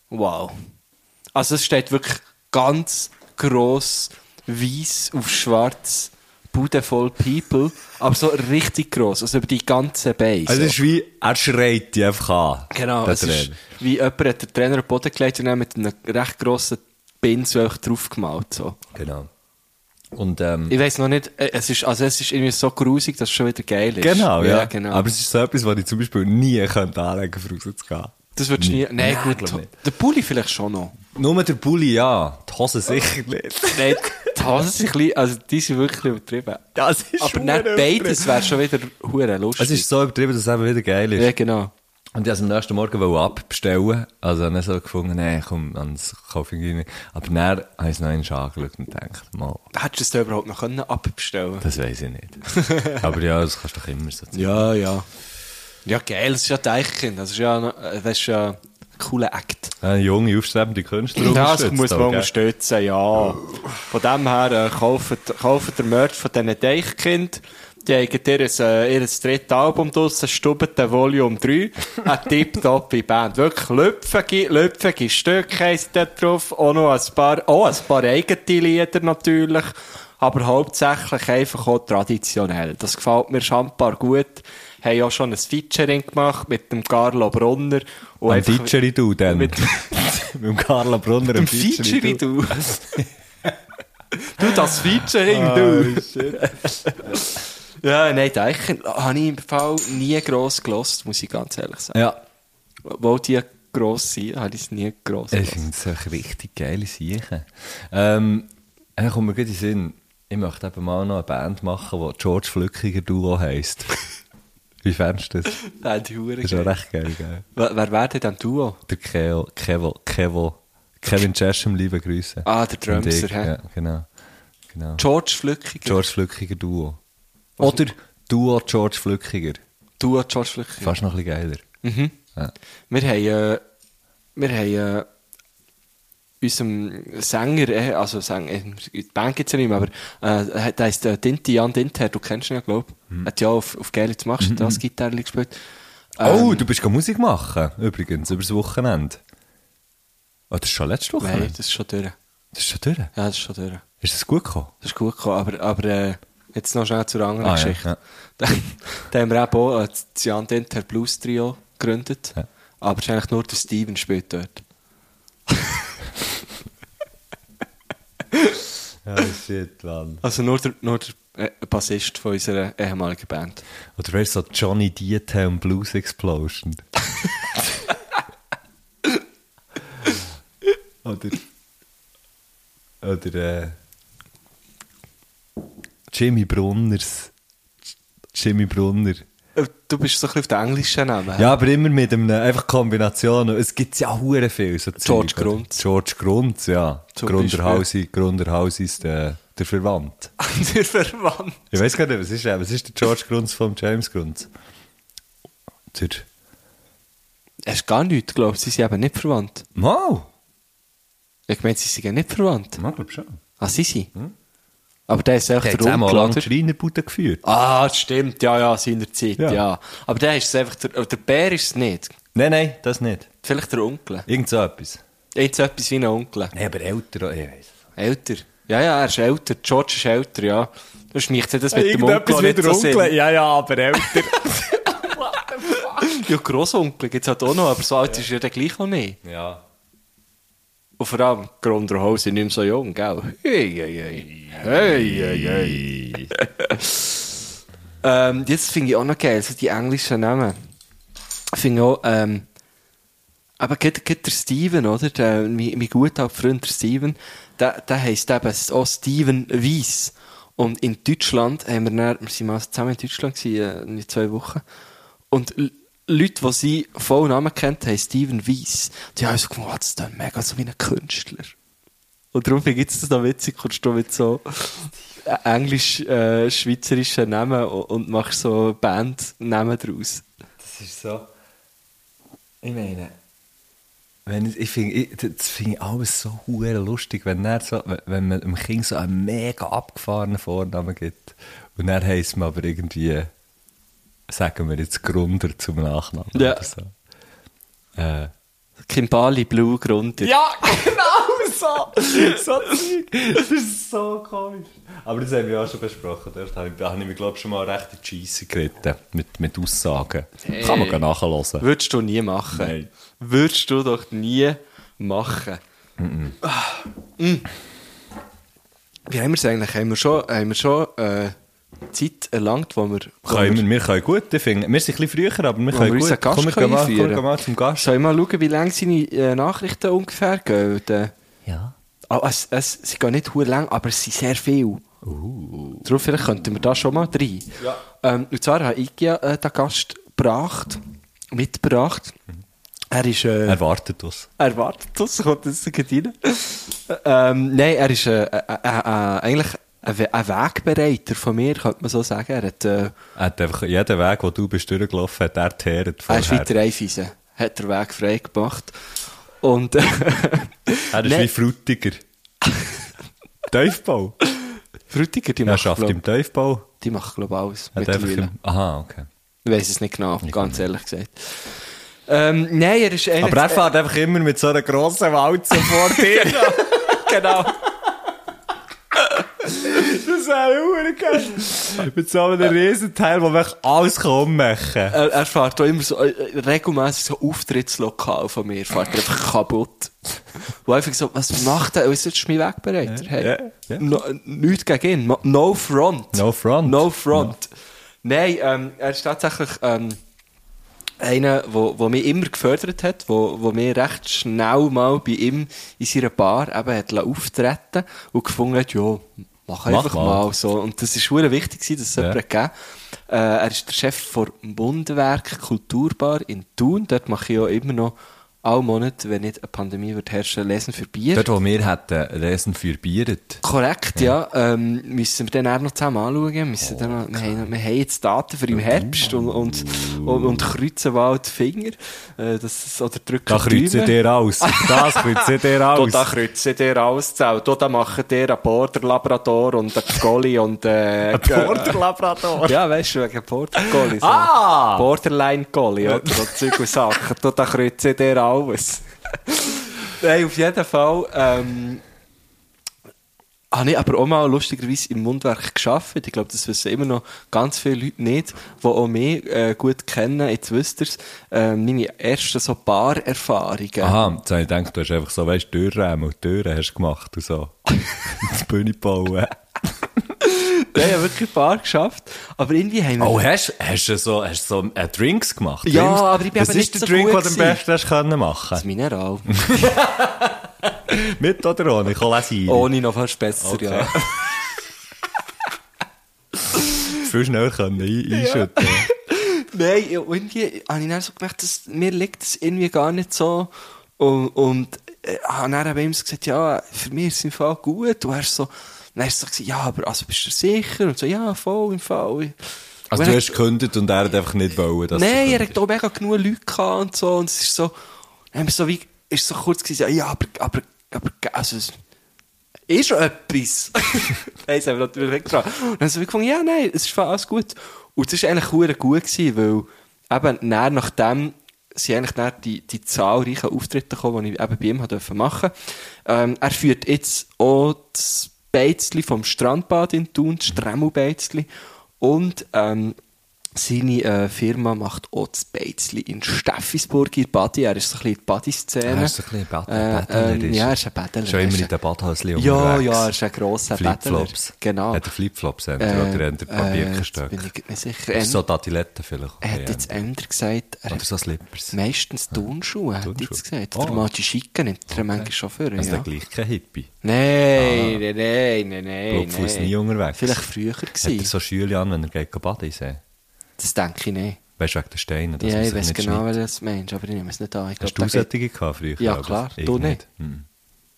S5: Wow. Also es steht wirklich ganz gross, weiß auf schwarz, Bude voll People, aber so richtig gross, also über die ganze Base.
S2: Also es ist wie, er schreit die einfach an.
S5: Genau,
S2: der
S5: es ist
S2: Trainer.
S5: wie jemand hat den Trainer am Boden gelegt und dann mit einem recht grossen Pinsel einfach draufgemalt. So.
S2: Genau. Und, ähm,
S5: Ich weiß noch nicht, äh, es ist, also es ist irgendwie so grusig, dass es schon wieder geil ist.
S2: genau, ja.
S5: genau.
S2: Aber es ist so etwas, was ich zum Beispiel nie könnte anlegen könnte, um rauszugehen.
S5: das würdest du nie... Nein,
S2: Nein,
S5: gut,
S2: glaub nicht.
S5: der Pulli vielleicht schon noch.
S2: Nur der Pulli, ja. Die Hose sicher
S5: <laughs>
S2: nicht.
S5: Nein, die Hosen sind ein bisschen, also die sind wirklich übertrieben.
S2: Das ist
S5: Aber nicht
S2: verdammt
S5: beides wäre schon wieder hure lustig.
S2: Es ist so übertrieben, dass es eben wieder geil ist.
S5: ja, genau.
S2: Und ich wollte es am nächsten Morgen wollte abbestellen. Also dann so gefunden, nein, komm, ans kaufe ich nicht. Aber dann habe ich es noch einmal angeschaut und gedacht, mal,
S5: Hättest du es da überhaupt noch können abbestellen
S2: das weiß ich
S5: <laughs>
S2: nicht. Aber ja, das kannst du doch immer so zeigen.
S5: Ja, ja. Ja, geil, das ist ja Deichkind. Das ist ja, noch- äh, das ist ja ein cooler Act.
S2: Eine Äh, junge, aufstrebende Künstler
S5: Das
S2: unterstützt
S5: muss man
S2: auch, gell?
S5: unterstützen, ja. Von dem her, äh, kauft, kauft der Merch von diesen Deichkind. Die haben ihr, äh, ihr drittes Album draussen, Stubete Volume 3. Eine tipptoppe Band. Wirklich lüpfige, lüpfige Stücke haben sie dort drauf. Auch noch ein paar, auch ein paar eigene Lieder natürlich. Aber hauptsächlich einfach auch traditionell. Das gefällt mir schambar gut. Haben auch schon ein Featuring gemacht mit dem Carlo Brunner. Und
S2: Am
S5: einfach-
S2: Didgeridoo dann.
S5: Mit-
S2: <laughs> Mit, dem Carla Brunner am
S5: Im Featuring, du. du,
S2: <laughs>
S5: das Featuring,
S2: Ah,
S5: du. ja, nein, Deichen habe ich im Fall nie gross gelost, muss ich ganz ehrlich sagen.
S2: Ja.
S5: Obwohl die gross sind, habe ich es nie gross
S2: Ich
S5: gelost.
S2: finde es eine richtig geile Sache. Ähm, dann kommt mir gut in den Sinn, ich möchte eben mal noch eine Band machen, die George Flückiger Duo
S5: <laughs>
S2: heisst. Wie fändest du das?
S5: Nein, die Hure
S2: Das ist auch
S5: geil.
S2: recht geil, gell?
S5: Wer, wer wäre denn am Duo?
S2: Der Kevo, Kevo, Kevo, Kevin Chesham, liebe Grüße.
S5: Ah, der
S2: Und
S5: Drumser,
S2: ich,
S5: hä?
S2: Ja, genau. genau.
S5: George Flückiger.
S2: George Flückiger Duo. Oder Duo George Flückiger.
S5: Duo George Flückiger.
S2: Fast noch ein bisschen geiler.
S5: Mhm.
S2: Ja.
S5: Wir haben, äh, wir haben äh, unserem Sänger, äh, also Sänger, äh, die Band gibt's ja nicht mehr, aber äh, der heisst äh, Dinti, Jan Dinter, du kennst ihn ja, glaub
S2: Mhm.
S5: Hat ja auf, auf Gerlitz machst du das Gitarre gespielt. Ähm,
S2: Oh, du bist gar Musik machen, übrigens, über das Wochenende. Oh, das ist schon letzte Woche?
S5: Nein, das ist schon durch. Ja,
S2: Das ist schon durch.
S5: das ist schon durch.
S2: Ist das gut gekommen?
S5: Das ist gut gekommen, aber, aber äh, jetzt noch schnell zur anderen
S2: Ah, ja,
S5: Geschichte. <laughs>
S2: ja.
S5: Da, da haben wir eben auch äh, das Jan Denter Blues Trio gegründet,
S2: Ja.
S5: aber es ist eigentlich nur der Steven spielt dort.
S2: Oh shit, Mann.
S5: Also nur der, nur der äh, Bassist von unserer ehemaligen Band.
S2: Oder wärst so Johnny Dieter Blues <laughs> Explosion? oder. Oder. Äh, Jimmy Brunners. Jimmy Brunner.
S5: Äh, Du bist so ein bisschen auf den englischen Namen. <laughs>
S2: Ja, aber immer mit einem, einfach Kombinationen. Es gibt ja hure viel. So Zeug,
S5: George
S2: oder?
S5: Grunz.
S2: George Grunz, ja.
S5: Zum
S2: Grunderhausi, Grunderhausi ist der, der Verwandt.
S5: Der Verwandt.
S2: Ich weiß gar nicht, was ist er? Was ist der George Grunz vom James Grunz? Der.
S5: Er ist gar nichts, glaube ich. Sie sind eben nicht verwandt.
S2: Mal!
S5: Ich meine, sie sind nicht verwandt.
S2: Mal, glaub schon.
S5: Ah, sie sind. Aber der ist echt
S2: Hm? Der hat
S5: der
S2: zusammen lange
S5: Onkel, oder?
S2: Schreinerbude geführt.
S5: Ah, das stimmt. Ja, ja, seinerzeit,
S2: Ja.
S5: ja. ja. Aber der ist es einfach... Der, äh, der Bär ist es nicht.
S2: Nein, nein, das nicht.
S5: Vielleicht der Onkel.
S2: Irgend so etwas.
S5: Jetzt etwas wie ein Onkel.
S2: Nein, aber älter, oh, ich weiß.
S5: Älter. Ja, ja, er ist älter. George ist älter, ja. Du schmeichst das mit dem Onkel auch nicht so Sinn.
S2: Ja, ja, aber älter.
S5: <laughs> Ja, Grossonkel gibt es halt auch noch, aber so alt ist er dann gleich noch nicht.
S2: ja.
S5: Und vor allem, Grunderhaus sind nicht mehr so jung, gell? Hey, hey, hey. Hey, hey, <laughs> hey. ähm, jetzt finde ich auch noch geil, so die englischen Namen. Ich finde auch, ähm, aber geht, geht der Steven, oder? Der, mein, mein guter alter Freund, der Steven, der, der heisst eben auch Steven Weiss. Und in Deutschland haben wir, dann, wir sind mal zusammen in Deutschland gewesen, äh, in zwei Wochen. Und L- Leute, die sie voll Namen kennt, haben Steven Weiss. Die haben so gefunden, oh, das ist mega so wie ein Künstler. Und darum finde ich es noch witzig, kommst du mit so englisch-schweizerischen Namen und und machst so Bandnamen draus.
S2: Das ist so. Ich meine. Wenn ich, ich finde, ich, das finde ich alles so hure lustig, wenn, er so, wenn- wenn man dem Kind so einen mega abgefahrenen Vornamen gibt. Und dann heisst man aber irgendwie, sagen wir jetzt Grunder zum Nachnamen
S5: Ja.
S2: oder so. <laughs> Äh,
S5: Kimbali Blue Grunde. Ja!
S2: so Zeug. Das ist so komisch. Aber das haben wir auch schon besprochen. Dort habe ich, da habe ich mich, glaube ich, schon mal recht in die Scheisse geritten. Mit, mit Aussagen. Kann man gerne nachhören.
S5: Würdest du nie machen.
S2: Nein.
S5: Würdest du doch nie machen. Ah, mm. Wie haben wir es eigentlich? Haben wir schon, haben wir schon äh, Zeit erlangt, wo wir... wo
S2: Können wir, wir können gut, ich finde, wir sind ein bisschen früher, aber wir
S5: Wenn
S2: können
S5: wir unseren
S2: gut.
S5: Gast
S2: Komm, wir gehen mal, komm, wir
S5: einführen.
S2: gehen mal zum Gast.
S5: Soll ich mal schauen, wie lange seine äh, Nachrichten ungefähr gehen? Weil, äh,
S2: Ja.
S5: ah, es, es, sie gehen nicht sehr lang, ah, aber es sind sehr viel. Darum vielleicht könnten wir da schon mal rein. Ähm, und zwar hat IKEA äh, den Gast gebracht, mitgebracht. Er ist... Äh,
S2: Er wartet uns.
S5: er wartet uns, kommt jetzt gerade rein. ähm, nein, er ist äh, äh, äh, äh, eigentlich ein, We- ein Wegbereiter von mir, könnte man so sagen. Er, hat, äh,
S2: Er hat einfach jeden Weg, den du bist durchgelaufen, hat er geteert
S5: er ist wie
S2: vorher.
S5: der Eifiesen, hat den Weg frei gemacht. Und <laughs> äh,
S2: Er ist
S5: Nein.
S2: wie Frutiger.
S5: <laughs>
S2: Teufbau.
S5: Frutiger, die
S2: Er
S5: macht,
S2: schafft
S5: glaub,
S2: im Teufbau.
S5: die macht, glaube ich, alles.
S2: Er hat einfach
S5: mittlerweile.
S2: im, aha, okay.
S5: Ich weiß es nicht genau, ganz ehrlich gesagt. Ähm, nein, er ist eigentlich...
S2: Aber er fährt einfach immer mit so einer grossen
S5: <laughs>
S2: Walze vor dir.
S5: genau.
S2: Das wäre geil. Mit so einem riesen Teil, wo wir alles kaum machen.
S5: äh, Er, er fährt auch immer so, äh, regelmässig so Auftrittslokal von mir, fährt er einfach kaputt. Wo einfach so, was macht er? Was ist jetzt mein Wegbereiter? Hey,
S2: ja, ja.
S5: No, nichts gegen ihn. No- No front.
S2: No front.
S5: No front. Nein, ähm, er ist tatsächlich ähm, einer, der wo, wo mich immer gefördert hat, wo, wo mir recht schnell mal bei ihm in seiner Bar eben hat lassen auftreten und gefunden hat, ja,
S2: Mach
S5: mach einfach
S2: mal.
S5: mal. so. Und das ist sehr wichtig, gewesen, dass es
S2: Ja.
S5: jemanden gegeben hat. äh, Er ist der Chef von Bundwerk Kulturbar in Thun. Dort mache ich ja immer noch alle Monate, wenn nicht eine Pandemie wird herrschen, lesen für Bier.
S2: Dort, wo wir hätten Lesen für Bieret.
S5: Korrekt, ja. Ähm, müssen wir dann auch noch zusammen anschauen. Wir Müssen dann noch, wir, haben, wir haben jetzt Daten für im Herbst und, und, und, und kreuzen mal die Finger. Äh, das, ist- oder drücken
S2: Da kreuzt
S5: Daumen.
S2: ihr <laughs> aus. Das kreuzt
S1: Du,
S2: ihr
S1: da
S2: Genau, aus.
S1: kreuzen dir alles zusammen. Du, da machen dir einen Border-Labrador und einen Golli und äh,
S2: Borderlabrador.
S5: Ja, weißt du, wegen Portugal. So.
S2: Ah!
S5: Borderline-Golli oder so Zeug und Sachen. Du, da kreuzen dir alles. Nein, auf jeden Fall. Ähm, habe ich aber auch mal lustigerweise im Mundwerk geschafft. Ich glaube, das wissen immer noch ganz viele Leute nicht, die auch mich äh, gut kennen. Jetzt wisst ihr es. Äh, meine ersten so Bar-Erfahrungen.
S2: Aha, jetzt habe ich gedacht, du hast einfach so, weißt du, Türrahmen und Türen hast du gemacht und so. <laughs> das Bühne bauen.
S5: Nein, ich habe wirklich Bar geschafft. Aber irgendwie haben wir...
S2: Oh, hast, hast du so, hast du so äh, Drinks gemacht?
S5: Ja,
S2: Drinks?
S5: aber ich bin
S2: Was
S5: eben
S2: ist
S5: nicht
S2: der
S5: so
S2: Drink,
S5: gut
S2: den du am
S5: gewesen.
S2: besten hast können machen
S5: Das Mineral.
S2: Mit oder <laughs> ohne? Ich kann lesen.
S5: Ohne noch fast besser,
S2: Okay. <laughs>
S5: ja.
S2: Viel schneller können ein, einschütten.
S5: Nein, ja, irgendwie habe ich dann so gemerkt, dass, mir liegt das irgendwie gar nicht so. Und, und äh, habe dann eben immer so gesagt, ja, für mich ist es im Fall gut. Und er so, dann hast du so gesagt, ja, aber also bist du sicher? Und so, ja, voll im Fall.
S2: Also
S5: Und
S2: du
S5: er-
S2: hast gekündigt und er hat einfach nicht wollen, dass
S5: Nein,
S2: du
S5: er hat auch mega genug Leute gehabt und so. Und es ist so, dann haben wir so wie, ist so kurz gesagt, ja, aber, aber, aber, also, es ist schon etwas. <laughs> Nein, das haben wir natürlich weggetragen. Und dann haben wir gefunden, ja, nein, es ist voll alles gut. Und es war eigentlich verdammt gut, gewesen, weil eben dann, nachdem sind eigentlich dann die, die zahlreichen Auftritte gekommen, die ich eben bei ihm habe dürfen machen ähm, Er führt jetzt auch das Beizli vom Strandbad in Thun, das Stremmelbeizli. Und ähm, seine äh, Firma macht auch das Beizli in Steffisburg, in Badi. Er ist so ein bisschen in die Badi-Szene.
S2: Er ist so ein bisschen ein Bad-
S5: äh,
S2: Badeler,
S5: ähm,
S2: ist
S5: Ja,
S2: er.
S5: er ist ein Badeler.
S2: Schon
S5: Er
S2: immer
S5: ist
S2: in
S5: ein-
S2: den Badhäuschen
S5: ja,
S2: unterwegs.
S5: ja, er ist ein grosser
S2: Flipflops.
S5: Battler. Genau.
S2: Hat er Flipflops äh, oder hat er
S5: jetzt
S2: Papiergestöcke?
S5: bin ich mir sicher.
S2: Äh,
S5: Ähm,
S2: so Datiletten vielleicht.
S5: er hat jetzt Ender gesagt, er
S2: Oder
S5: hat
S2: so Slippers.
S5: meistens Turnschuhe, hat er
S2: Turnschuhe.
S5: jetzt gesagt.
S2: Ah.
S5: Der Magi Schicken nimmt er manchmal schon für.
S2: Also Ah.
S5: Ja.
S2: dann gleich kein Hippie.
S5: Nein, nein, nein, nein, nein.
S2: Blutfuß
S5: nein.
S2: nie unterwegs.
S5: Vielleicht früher
S2: Hat er
S5: gewesen.
S2: so Schüle an, wenn er geht baden sehen?
S5: Das denke ich nicht.
S2: Weißt du, wegen den Steinen, dass
S5: Ja,
S2: man
S5: ich
S2: sich
S5: weiß
S2: nicht
S5: genau,
S2: schneidet.
S5: wer das meinst, aber ich nehme es nicht an. Ich
S2: Hast
S5: glaub,
S2: du
S5: da geht-
S2: solche gehabt früher?
S5: Ja,
S2: aber
S5: klar.
S2: ich
S5: Du nicht?
S2: Mhm.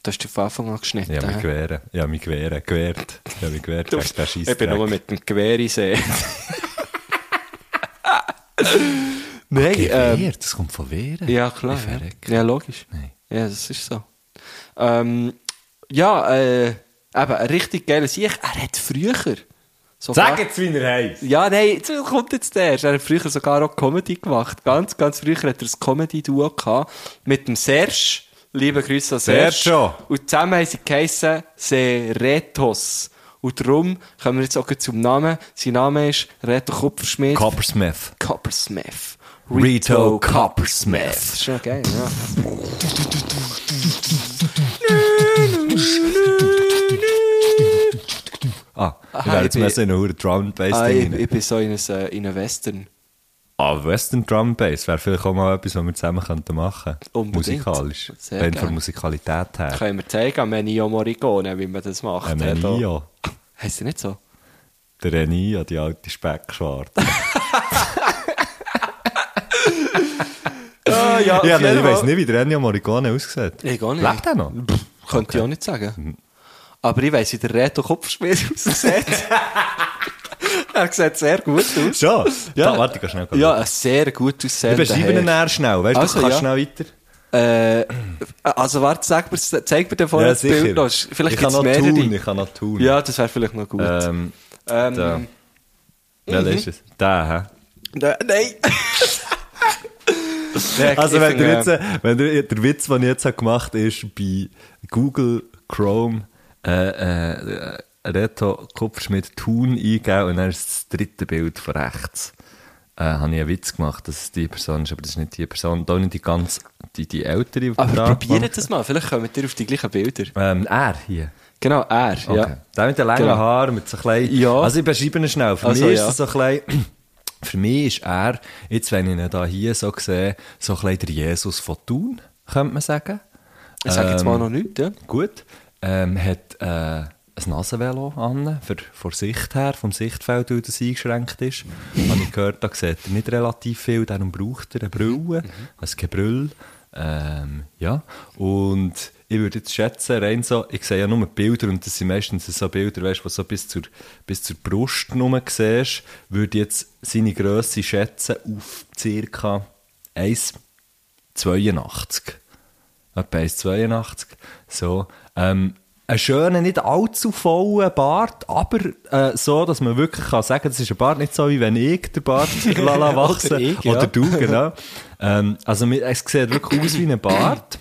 S5: Da hast du von Anfang an geschnitten.
S2: Ich habe mich
S5: hä?
S2: gewehrt. Ich habe mich gewehrt. Gewehrt. Ich habe mich gewehrt.
S5: Du-
S2: gegen den
S5: Ich bin
S2: Scheissdreck.
S5: nur mit dem Gewehr in See. Nein, ähm,
S2: Gewehrt? Das kommt von Wehren?
S5: ja klar.
S2: Ich
S5: Ja.
S2: verreck.
S5: ja, logisch.
S2: Nein.
S5: Ja, das ist so. Ähm, ja, äh, eben, ein richtig geiler Sieg. Er hat früher sogar...
S2: Sag jetzt, wie er heisst.
S5: Ja, nein, das kommt jetzt erst. Er hat früher sogar auch Comedy gemacht. Ganz, ganz früher hat er ein Comedy-Duo gehabt mit dem Serge. Liebe Grüße an Serge.
S2: Sergio.
S5: Und zusammen haben sie geheissen Seretos. Und darum kommen wir jetzt auch gleich zum Namen. Sein Name ist Reto Kupferschmidt.
S2: Coppersmith.
S5: Coppersmith.
S2: Rito Coppersmith.
S5: Schon geil, ja.
S2: Ah, ich
S5: Aha,
S2: wäre jetzt
S5: ich bin-
S2: mehr so in einen hohen Drum and Bass
S5: Ah, ich,
S2: Ding
S5: ich
S2: rein.
S5: bin so in einem äh, in einem Western.
S2: Ah, Western Drum and Bass wäre vielleicht auch mal etwas, was wir zusammen könnten machen könnten.
S5: Unbedingt.
S2: Musikalisch.
S5: Sehr
S2: Wenn
S5: gerne.
S2: von Musikalität her.
S5: Können wir zeigen am Ennio Morricone, wie man das macht.
S2: Ein
S5: Reto.
S2: Menio.
S5: Heisst er nicht so?
S2: Der Renio, die alte Speckschwarte.
S5: Ah,
S2: <laughs>
S5: ja,
S2: ja, nein, ich weiss nicht, wie der Ennio Morricone aussieht.
S5: Ich gar nicht.
S2: Lebt er noch?
S5: Könnte ich auch nicht
S2: Mhm.
S5: sagen. Aber ich weiss, wie der Reto Kopfschmied <laughs> aussieht. er sieht sehr gut aus.
S2: Schon? Ja. Da, warte, ich geh schnell
S5: Ja, ein sehr gut aussehender
S2: Ich beschreibe ihn
S5: Herr.
S2: eher schnell. Weißt
S5: Also,
S2: du, kannst
S5: ja.
S2: schnell weiter.
S5: äh, Also warte, sag mir, zeig mir den vorher das Bild noch. Vielleicht
S2: ich kann
S5: gibt's
S2: noch
S5: mehrere.
S2: tun. Ich kann noch tun.
S5: Ja, das wäre vielleicht noch gut.
S2: Ähm,
S5: Ähm,
S2: da. Welcher
S5: Mhm.
S2: ist es? Der, hä?
S5: ne- Nein. Nein,
S2: Also,
S5: ich
S2: wenn, du
S5: finde, äh,
S2: jetzt, äh, wenn du, der Witz, den ich jetzt hab gemacht habe, ist bei Google Chrome äh, äh, äh, Reto Kupferschmidt Thun eingeben und dann ist das dritte Bild von rechts. Äh, habe ich einen Witz gemacht, dass es die Person ist, aber das ist nicht die Person. Da nicht die ganz, die, die ältere. die
S5: Aber
S2: da
S5: probiert
S2: gemacht-
S5: das mal. Vielleicht kommen wir auf die gleichen Bilder.
S2: Ähm, er hier.
S5: Genau, er.
S2: Okay.
S5: Ja.
S2: Der mit den langen
S5: Genau.
S2: Haaren, mit so klein.
S5: Ja.
S2: Also ich beschreibe ihn schnell. Für
S5: Also,
S2: mich ist
S5: ja.
S2: es so klein. <clears throat> Für mich ist er, jetzt wenn ich ihn da hier so sehe, so klein der Jesus von Thun, könnte man sagen.
S5: Ich sage jetzt
S2: Ähm,
S5: mal noch nichts. Ja.
S2: Gut. Ähm, hat äh, ein Nasenvelo an, für, von Sicht her, vom Sichtfeld, weil das eingeschränkt ist. Habe ich gehört, da sieht er nicht relativ viel, darum braucht er eine Brille, ein Gebrüll. Ähm, ja, und ich würde jetzt schätzen, rein so, ich sehe ja nur Bilder und das sind meistens so Bilder, weißt, die so bis zur, bis zur Brust nur siehst, würde ich jetzt seine Größe schätzen auf ca. 1,82. Etwa 1,82. So, ähm, einen schönen, nicht allzu vollen Bart, aber äh, so, dass man wirklich kann sagen kann, das ist ein Bart, nicht so wie wenn ich den
S5: <laughs>
S2: Bart lala wachsen
S5: Oder ich, ja.
S2: Oder du, genau. ähm, also mir- es sieht wirklich aus wie ein Bart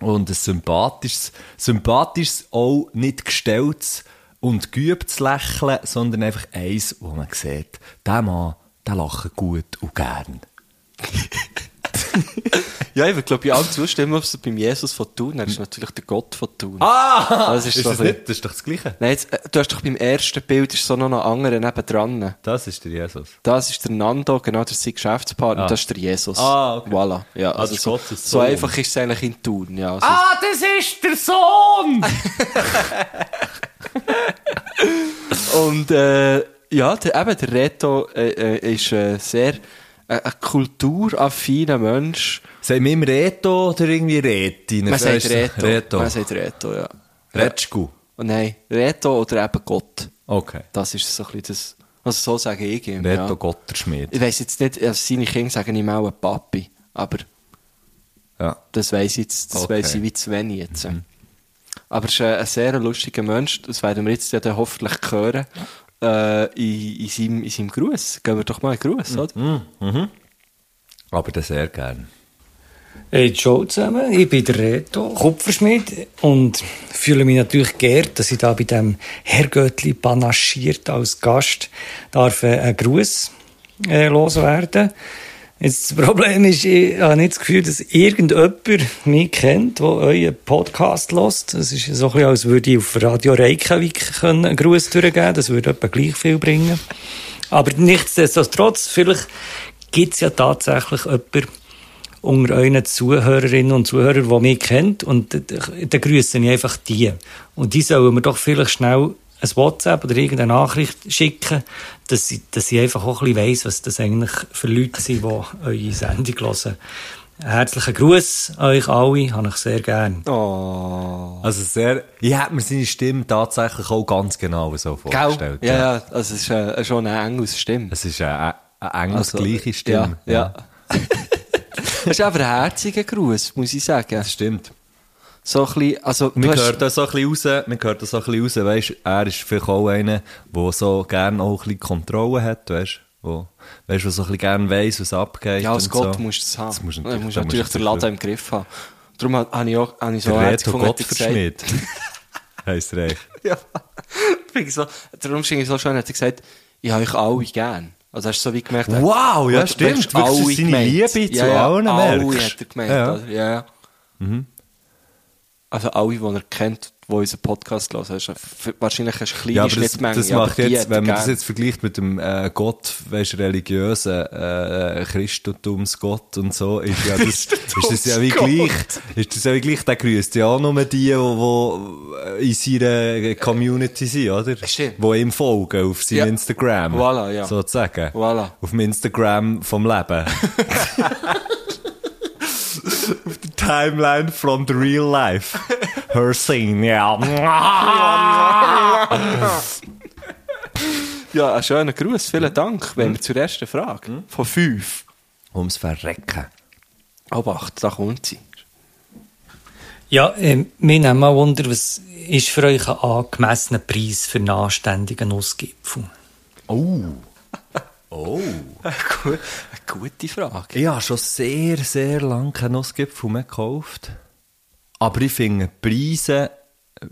S2: und ein sympathisches, sympathisches, auch nicht gestelltes und geübtes Lächeln, sondern einfach eins, wo man sieht, der Mann, der lacht gut und gern.
S5: Ja, ich würde glaube ich auch zustimmen, ob es beim Jesus von Thun, er ist natürlich der Gott von Thun.
S2: Ah!
S5: Das ist
S2: ist
S5: so
S2: das
S5: ein-
S2: nicht? Das ist doch das Gleiche.
S5: Nein, jetzt, äh, du hast doch beim ersten Bild ist so noch einen anderen nebendran.
S2: Das ist der Jesus.
S5: Das ist der Nando, genau, das ist sein Geschäftspartner, das ist der Jesus.
S2: Ah, okay.
S5: Voilà. Ja,
S2: Ah,
S5: also
S2: das
S5: so,
S2: Gott ist
S5: so
S2: Sohn.
S5: einfach ist es eigentlich in Thun, ja. Also,
S2: Ah, das ist der Sohn!
S5: Und äh, ja, der, eben, der Reto äh, äh, ist äh, sehr äh, ein kulturaffiner Mensch.
S2: Sagen wir ihm Reto oder irgendwie Reti?
S5: Man sagt Reto.
S2: Reto.
S5: Man sagt Reto, ja.
S2: Retschku.
S5: Oh, nein, Reto oder eben Gott.
S2: Okay.
S5: Das ist so ein bisschen das... Also so sage ich ihm,
S2: Reto
S5: ja.
S2: Gotterschmied.
S5: Ich weiss jetzt nicht, also seine Kinder sagen ihm auch Papi, aber...
S2: Ja.
S5: Das weiß ich jetzt, das
S2: Okay. Mhm.
S5: weiss ich wie zu wenig jetzt. Aber es ist äh, ein sehr lustiger Mensch, das werden wir jetzt ja dann hoffentlich hören, äh, in, in, seinem, in seinem Gruß. Gehen wir doch mal einen Gruß,
S2: Mhm.
S5: oder?
S2: Aber das sehr gern.
S6: Hey, ciao Äh, zusammen, ich bin der Reto Kupferschmied und fühle mich natürlich geehrt, dass ich da bei dem Herrgöttli panaschiert als Gast darf äh, einen Gruß äh, loswerden. Jetzt, das Problem ist, ich habe nicht das Gefühl, dass irgendjemand mich kennt, der euren Podcast lost. Es ist so ein bisschen, als würde ich auf Radio Reykjavik können einen Gruß durchgeben Das würde etwa gleich viel bringen. Aber nichtsdestotrotz, vielleicht gibt es ja tatsächlich jemanden, unter euren Zuhörerinnen und Zuhörern, die mich kennt. Und d- d- dann grüße ich einfach die. Und die sollen mir doch vielleicht schnell ein WhatsApp oder irgendeine Nachricht schicken, dass ich, dass ich einfach auch ein bisschen weiss, was das eigentlich für Leute sind, die eure Sendung hören. Herzlichen Gruß an euch alle, habe ich sehr gern.
S2: Also sehr... Ich hätte mir seine Stimme tatsächlich auch ganz genau so
S5: Gell?
S2: vorgestellt.
S5: Ja, ja, also es ist äh, schon eine englische Stimme.
S2: Es ist eine, eine engels
S5: Also,
S2: gleiche Stimme.
S5: Ja, ja. <laughs> Es ist einfach ein herziger Gruß, muss ich sagen.
S2: Das stimmt.
S5: So ein bisschen, also du
S2: Man
S5: hast-
S2: hört da so ein bisschen raus, man hört da so ein bisschen raus, weißt, er ist vielleicht auch einer, der so gerne auch ein bisschen Kontrolle hat, weißt, wo, weißt, der so ein bisschen gerne weiss, was abgeht
S5: Ja, als
S2: und
S5: Gott
S2: so.
S5: musst du es haben.
S2: Das musst du
S5: Du
S2: natürlich,
S5: musst
S2: da
S5: natürlich
S2: musst du
S5: den Laden im Griff haben. Darum ha- habe ich auch habe ich so
S2: Der
S5: herzig
S2: Reto
S5: gefunden, hat er gesagt-
S2: Gottfried <laughs> heisst er eigentlich.
S5: <laughs> Ja. Finde ich so, darum finde ich so schön, hat er gesagt, ich habe euch alle gern. Also hast du so wie gemerkt, er-
S2: Wow, ja,
S5: Du hast
S2: stimmt. Wirklich, das ist seine Liebe zu
S5: ja, ja,
S2: allen,
S5: alle
S2: merkst.
S5: hat er gemeint,
S2: Ja. Mhm.
S5: ja. Oder? ja, ja. Also alle, die er kennt, die unseren Podcast hören, hast du f- wahrscheinlich eine kleine
S2: Ja, aber das,
S5: Schnittmenge.
S2: das
S5: aber
S2: macht
S5: die
S2: jetzt,
S5: hat er
S2: wenn man das
S5: gern.
S2: jetzt vergleicht mit dem äh, Gott, weißt, religiösen äh, Christentumsgott und so, ist ja das, ist das ja wie gleich, ist das ja wie gleich, der grüßt ja auch nur die, die, die in seiner Community sind, oder?
S5: Äh, Stimmt.
S2: Die ihm folgen auf seinem
S5: Ja.
S2: Instagram.
S5: Voilà, ja.
S2: Sozusagen.
S5: Voilà.
S2: Auf dem Instagram vom Leben.
S5: <laughs>
S2: auf der Timeline from the real life. Her scene, ja.
S5: <laughs> Ja, einen schönen Gruß,
S2: Mhm.
S5: vielen Dank. Wenn wir zur ersten Frage von fünf.
S2: Ums Verrecken.
S5: Obacht, da kommt sie.
S6: Ja, äh, wir nehmen mal Wunder, was ist für euch ein angemessener Preis für einen anständigen Nussgipfel?
S5: Eine gute Frage.
S2: Ich habe schon sehr, sehr lange keinen Nussgipfel mehr gekauft. Aber ich finde Preise,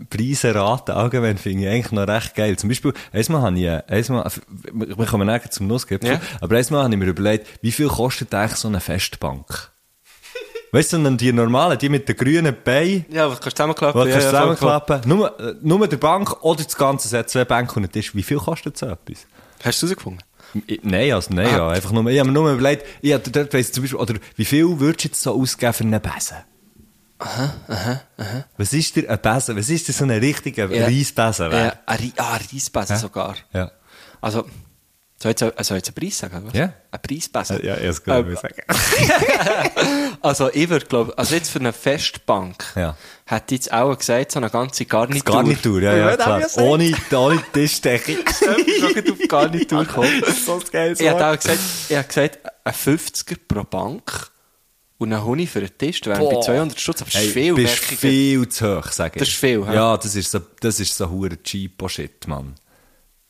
S2: Preiseraten allgemein finde ich eigentlich noch recht geil. Zum Beispiel, einmal habe ich, äh, einmal, wir kommen nachher zum Nussgipfel,
S5: Ja.
S2: aber einmal habe ich mir überlegt, wie viel kostet eigentlich so eine Festbank? <laughs> weißt du, sondern die normalen, die mit den grünen Beinen,
S5: Ja, was kannst du zusammenklappen?
S2: die
S5: Ja,
S2: kannst du
S5: ja, voll, voll.
S2: zusammenklappen, nur, äh, nur der Bank oder das ganze Set, zwei Bänke und einen Tisch, wie viel kostet so etwas?
S5: Hast du es herausgefunden?
S2: Ich- Nein, also nein, ja. Einfach nur, ich habe mir nur überlegt, ich habe dort weiss, zum Beispiel, oder wie viel würdest du jetzt so ausgeben für einen Besen? Aha, aha, aha. Was ist dir ein Besen? Was ist dir so ein richtiger
S5: Ja.
S2: Reisbesen
S5: Ja,
S2: wert?
S5: ein Rie- ah, ein Reisbesen sogar.
S2: Ja.
S5: Also, Soll ich jetzt, soll ich jetzt einen Preis sagen? Was?
S2: Ja.
S5: Ein Preis besser.
S2: Äh, Ja, ich
S5: Ähm,
S2: kann es sagen.
S5: Also ich würde glauben, also jetzt für eine Festbank
S2: Ja.
S5: hätte ich jetzt auch gesagt, so eine ganze Garnitur.
S2: Garnitur, ja, ja,
S5: Ja, das hab
S2: klar. Oh.
S5: ich ja gesagt.
S2: Ohne, ohne Tischdecke.
S5: Ich bin schon auf die
S2: <laughs>
S5: Garnitur gekommen.
S2: so ein geiles
S5: Ich hätte
S2: Wort.
S5: auch gesagt, ich habe gesagt, ein 50er pro Bank und ein Honig für den Tisch, wären bei 200 Stutz, aber das
S2: Hey,
S5: ist viel
S2: bist
S5: merkiger.
S2: viel zu hoch, sage ich.
S5: Das ist viel, hä?
S2: Ja, das ist so, das ist so hure cheapo Shit, Mann.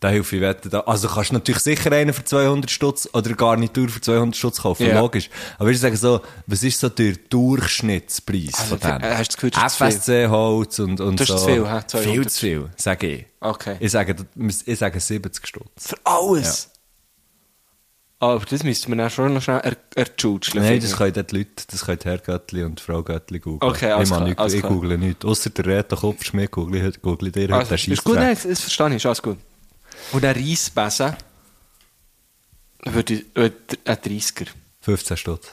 S2: Da hilft ich wetten. Da. Also kannst du natürlich sicher einen für 200 Stutz oder eine Garnitur für 200 Stutz kaufen,
S5: Ja.
S2: logisch. Aber ich würde sagen so, was ist so der Durchschnittspreis
S5: Also,
S2: von dem?
S5: äh, hast du das Gefühl, das ist zu viel?
S2: FSC-Holz und, und
S5: Das
S2: so.
S5: ist zu viel, hä? 200.
S2: Viel zu viel, sage ich.
S5: Okay.
S2: Ich sage, ich sage 70 Stutz.
S5: Für alles? Aber das müsste man dann schon noch schnell er- ertschutscheln.
S2: Nein,
S5: finde
S2: das
S5: ich.
S2: können dort Leute, das können Herr Göttli und Frau Göttli googeln.
S5: Okay,
S2: ich,
S5: alles
S2: mag
S5: klar,
S2: nicht,
S5: alles
S2: ich
S5: klar.
S2: google nichts. Ausser der Reto Kopfschmidt google ich heute, google ich dir heute
S5: also,
S2: den
S5: Ist
S2: Scheissdreck.
S5: gut, nein, das, das verstehe ich, ist alles gut. Und ein Reisbesen würde ich, äh, ein 30er.
S2: 15 Stutz.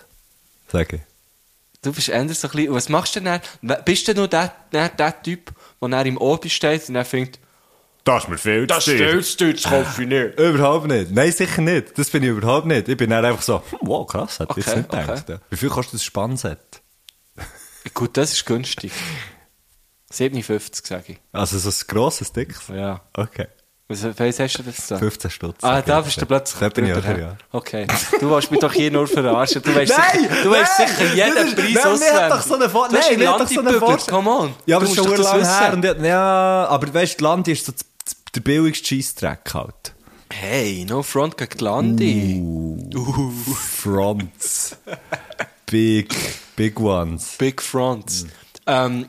S2: Sag ich.
S5: Du bist anders so ein bisschen. und Was machst du denn dann? Bist du nur der, der, der Typ, der dann im Obi steht und dann findet,
S1: Das ist mir viel Das stellst du jetzt, hoffe ich nicht.
S2: Überhaupt nicht. Nein, sicher nicht. Das bin ich überhaupt nicht. Ich bin dann einfach so, hm, wow, krass, hätte ich jetzt
S5: Okay,
S2: nicht gedacht.
S5: okay.
S2: ja. Wie viel kostet das Spannset?
S5: gut, das ist günstig. 57, sage ich.
S2: Also so ein grosses Ding.
S5: Ja.
S2: Okay.
S5: Was, was hast du das da?
S2: 15 Stutz.
S5: Ah,
S2: sag
S5: da
S2: ich.
S5: bist du plötzlich
S2: Da bin ich
S5: drüber,
S2: auch,
S5: hä?
S2: ja.
S5: Okay. Du willst mich doch hier nur verarschen. Du weißt
S2: <laughs> Nein,
S5: sicher, du weißt
S2: nein,
S5: sicher jeden
S2: nein, nein,
S5: Preis
S2: mir hat
S5: auswendig.
S2: doch so eine Vor-
S5: Du hast
S2: nein,
S5: einen
S2: mir hat doch so eine
S5: Landtyp-Bubel,
S2: Vor-
S5: Come on.
S2: Ja, aber
S5: Du
S2: es ist schon
S5: musst doch
S2: lange
S5: das
S2: her. Und,
S5: wissen.
S2: ich- ja, aber weißt du, Landi ist so das- das- der billigste Scheissdreck halt.
S5: Hey, no front gegen die Landi.
S2: Uh.
S5: <laughs>
S2: Fronts. Big, big ones.
S5: Big
S2: Mm.
S5: Fronts. Ähm,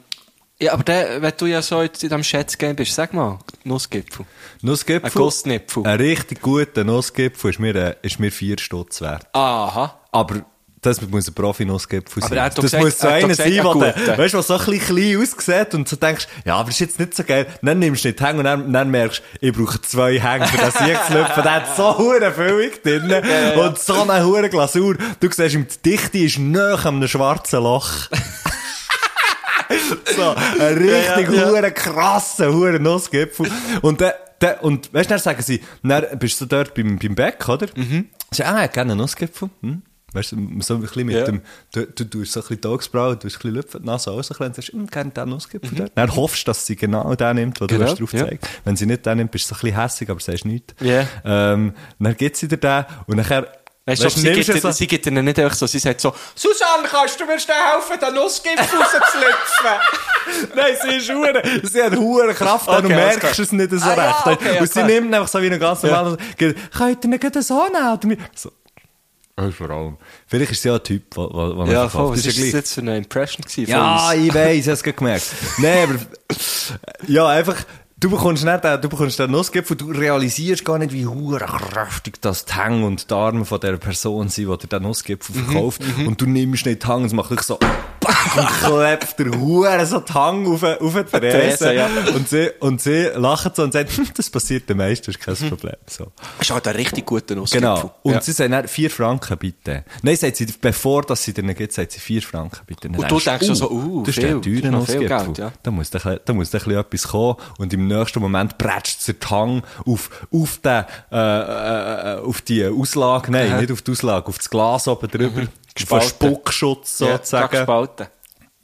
S5: ja, aber der, wenn du ja so in diesem Schätzgame bist, sag mal, Nussgipfel.
S2: Nussgipfel.
S5: Ein Gussnipfel.
S2: Ein richtig guter Nussgipfel ist mir, äh, ist mir vier Stutz wert.
S5: Aha.
S2: Aber das muss ein Profi-Nussgipfel sein.
S5: Aber er hat doch
S2: das
S5: gesagt-
S2: muss so
S5: er hat doch
S2: einer sein,
S5: gesagt, äh.
S2: der,
S5: ein guter.
S2: weißt du, was so ein bisschen klein aussieht und so denkst, ja, aber ist jetzt nicht so geil. Dann nimmst du nicht Hänge und dann, dann merkst du, ich brauche zwei Hänge für das Siegslöpfen. Der hat so hure Füllung drin und so eine hure Glasur. Du siehst, ihm, die Dichte ist nahe an einem schwarzen Loch. <laughs> so, ein richtig
S5: Ja, ja, ja.
S2: hure krasser hure Nussgipfel. Und der, der, und weißt du, dann sagen sie, dann bist du dort beim, beim Bäck, oder? Mhm. Sagst, du, ah, ich hätte gerne einen Nussgipfel. Hm? Weißt du, so ein bisschen mit
S5: Ja.
S2: dem, du, du tust so ein bisschen die Augenbrauen, du hast ein bisschen Lüpfen, die Nase aus, und sagst, hm, gerne den Nussgipfel dort. Dann hoffst du, dass sie genau den nimmt, den
S5: Mhm. Genau,
S2: du hast drauf
S5: ja.
S2: zeigt. Wenn sie nicht den nimmt, bist du so ein bisschen hässig, aber sagst nichts.
S5: Ja.
S2: Ähm, dann gibt sie dir den, und nachher,
S5: Weißt du, aber sie
S2: nimmst
S5: gibt,
S2: so-
S5: dir- sie gibt ihnen nicht einfach so, sie sagt so,
S1: Susanne, kannst du mir schnell helfen, den Nussgipfel rauszulüpfen?
S2: <laughs> Nein, sie ist hure, sie hat hure Kraft,
S5: Okay,
S2: und du
S5: alles
S2: merkst
S5: klar.
S2: es nicht so
S5: Ah,
S2: recht.
S5: ja, okay, ja,
S2: und sie
S5: klar.
S2: nimmt einfach so wie einen ganz normalen, geht, könnt ihr nicht gerade so nehmen? Und So. Das ist vor allem. Vielleicht ist sie ja ein Typ, der man
S5: ja, voll, was
S2: Das ist
S5: ist
S2: ja
S5: das
S2: gleich.
S5: jetzt für eine Impression gewesen
S2: Ja,
S5: von uns?
S2: ich weiß, ich hab's grad gemerkt. Nein, aber, ja, einfach, du bekommst nicht den, du bekommst den Nussgipfel, du realisierst gar nicht, wie hure kräftig das die Hänge und die Arme von der Person sind, die dir den Nussgipfel verkauft, und du nimmst nicht die Hänge, und es macht dich so, und klebt der hure so die Hänge auf, auf die Therese,
S5: Therese, ja.
S2: und sie, und sie lacht so und sagt, hm, das passiert den meisten, ist kein Problem, so.
S5: Ist halt ein richtig guter Nussgipfel.
S2: Genau. Und
S5: ja.
S2: sie sagen dann, vier Franken bitte. Nein, sagt sie, bevor dass sie dir einen gibt, sagt sie vier Franken bitte. Dann
S5: Und du denkst schon so, uh,
S2: das ist
S5: viel,
S2: der teure
S5: das ist noch viel
S2: Nussgipfel.
S5: Geld, ja.
S2: uh. Da muss da, da muss da ein bisschen etwas kommen und im nächsten Moment prätscht sie den Hang auf, auf, den, äh, äh, auf die Auslage, nein, nicht auf die Auslage, auf das Glas oben drüber. Auf den
S5: Mhm. Gespalten.
S2: Spuckschutz
S5: Ja, gar
S2: sozusagen.
S5: gespalten.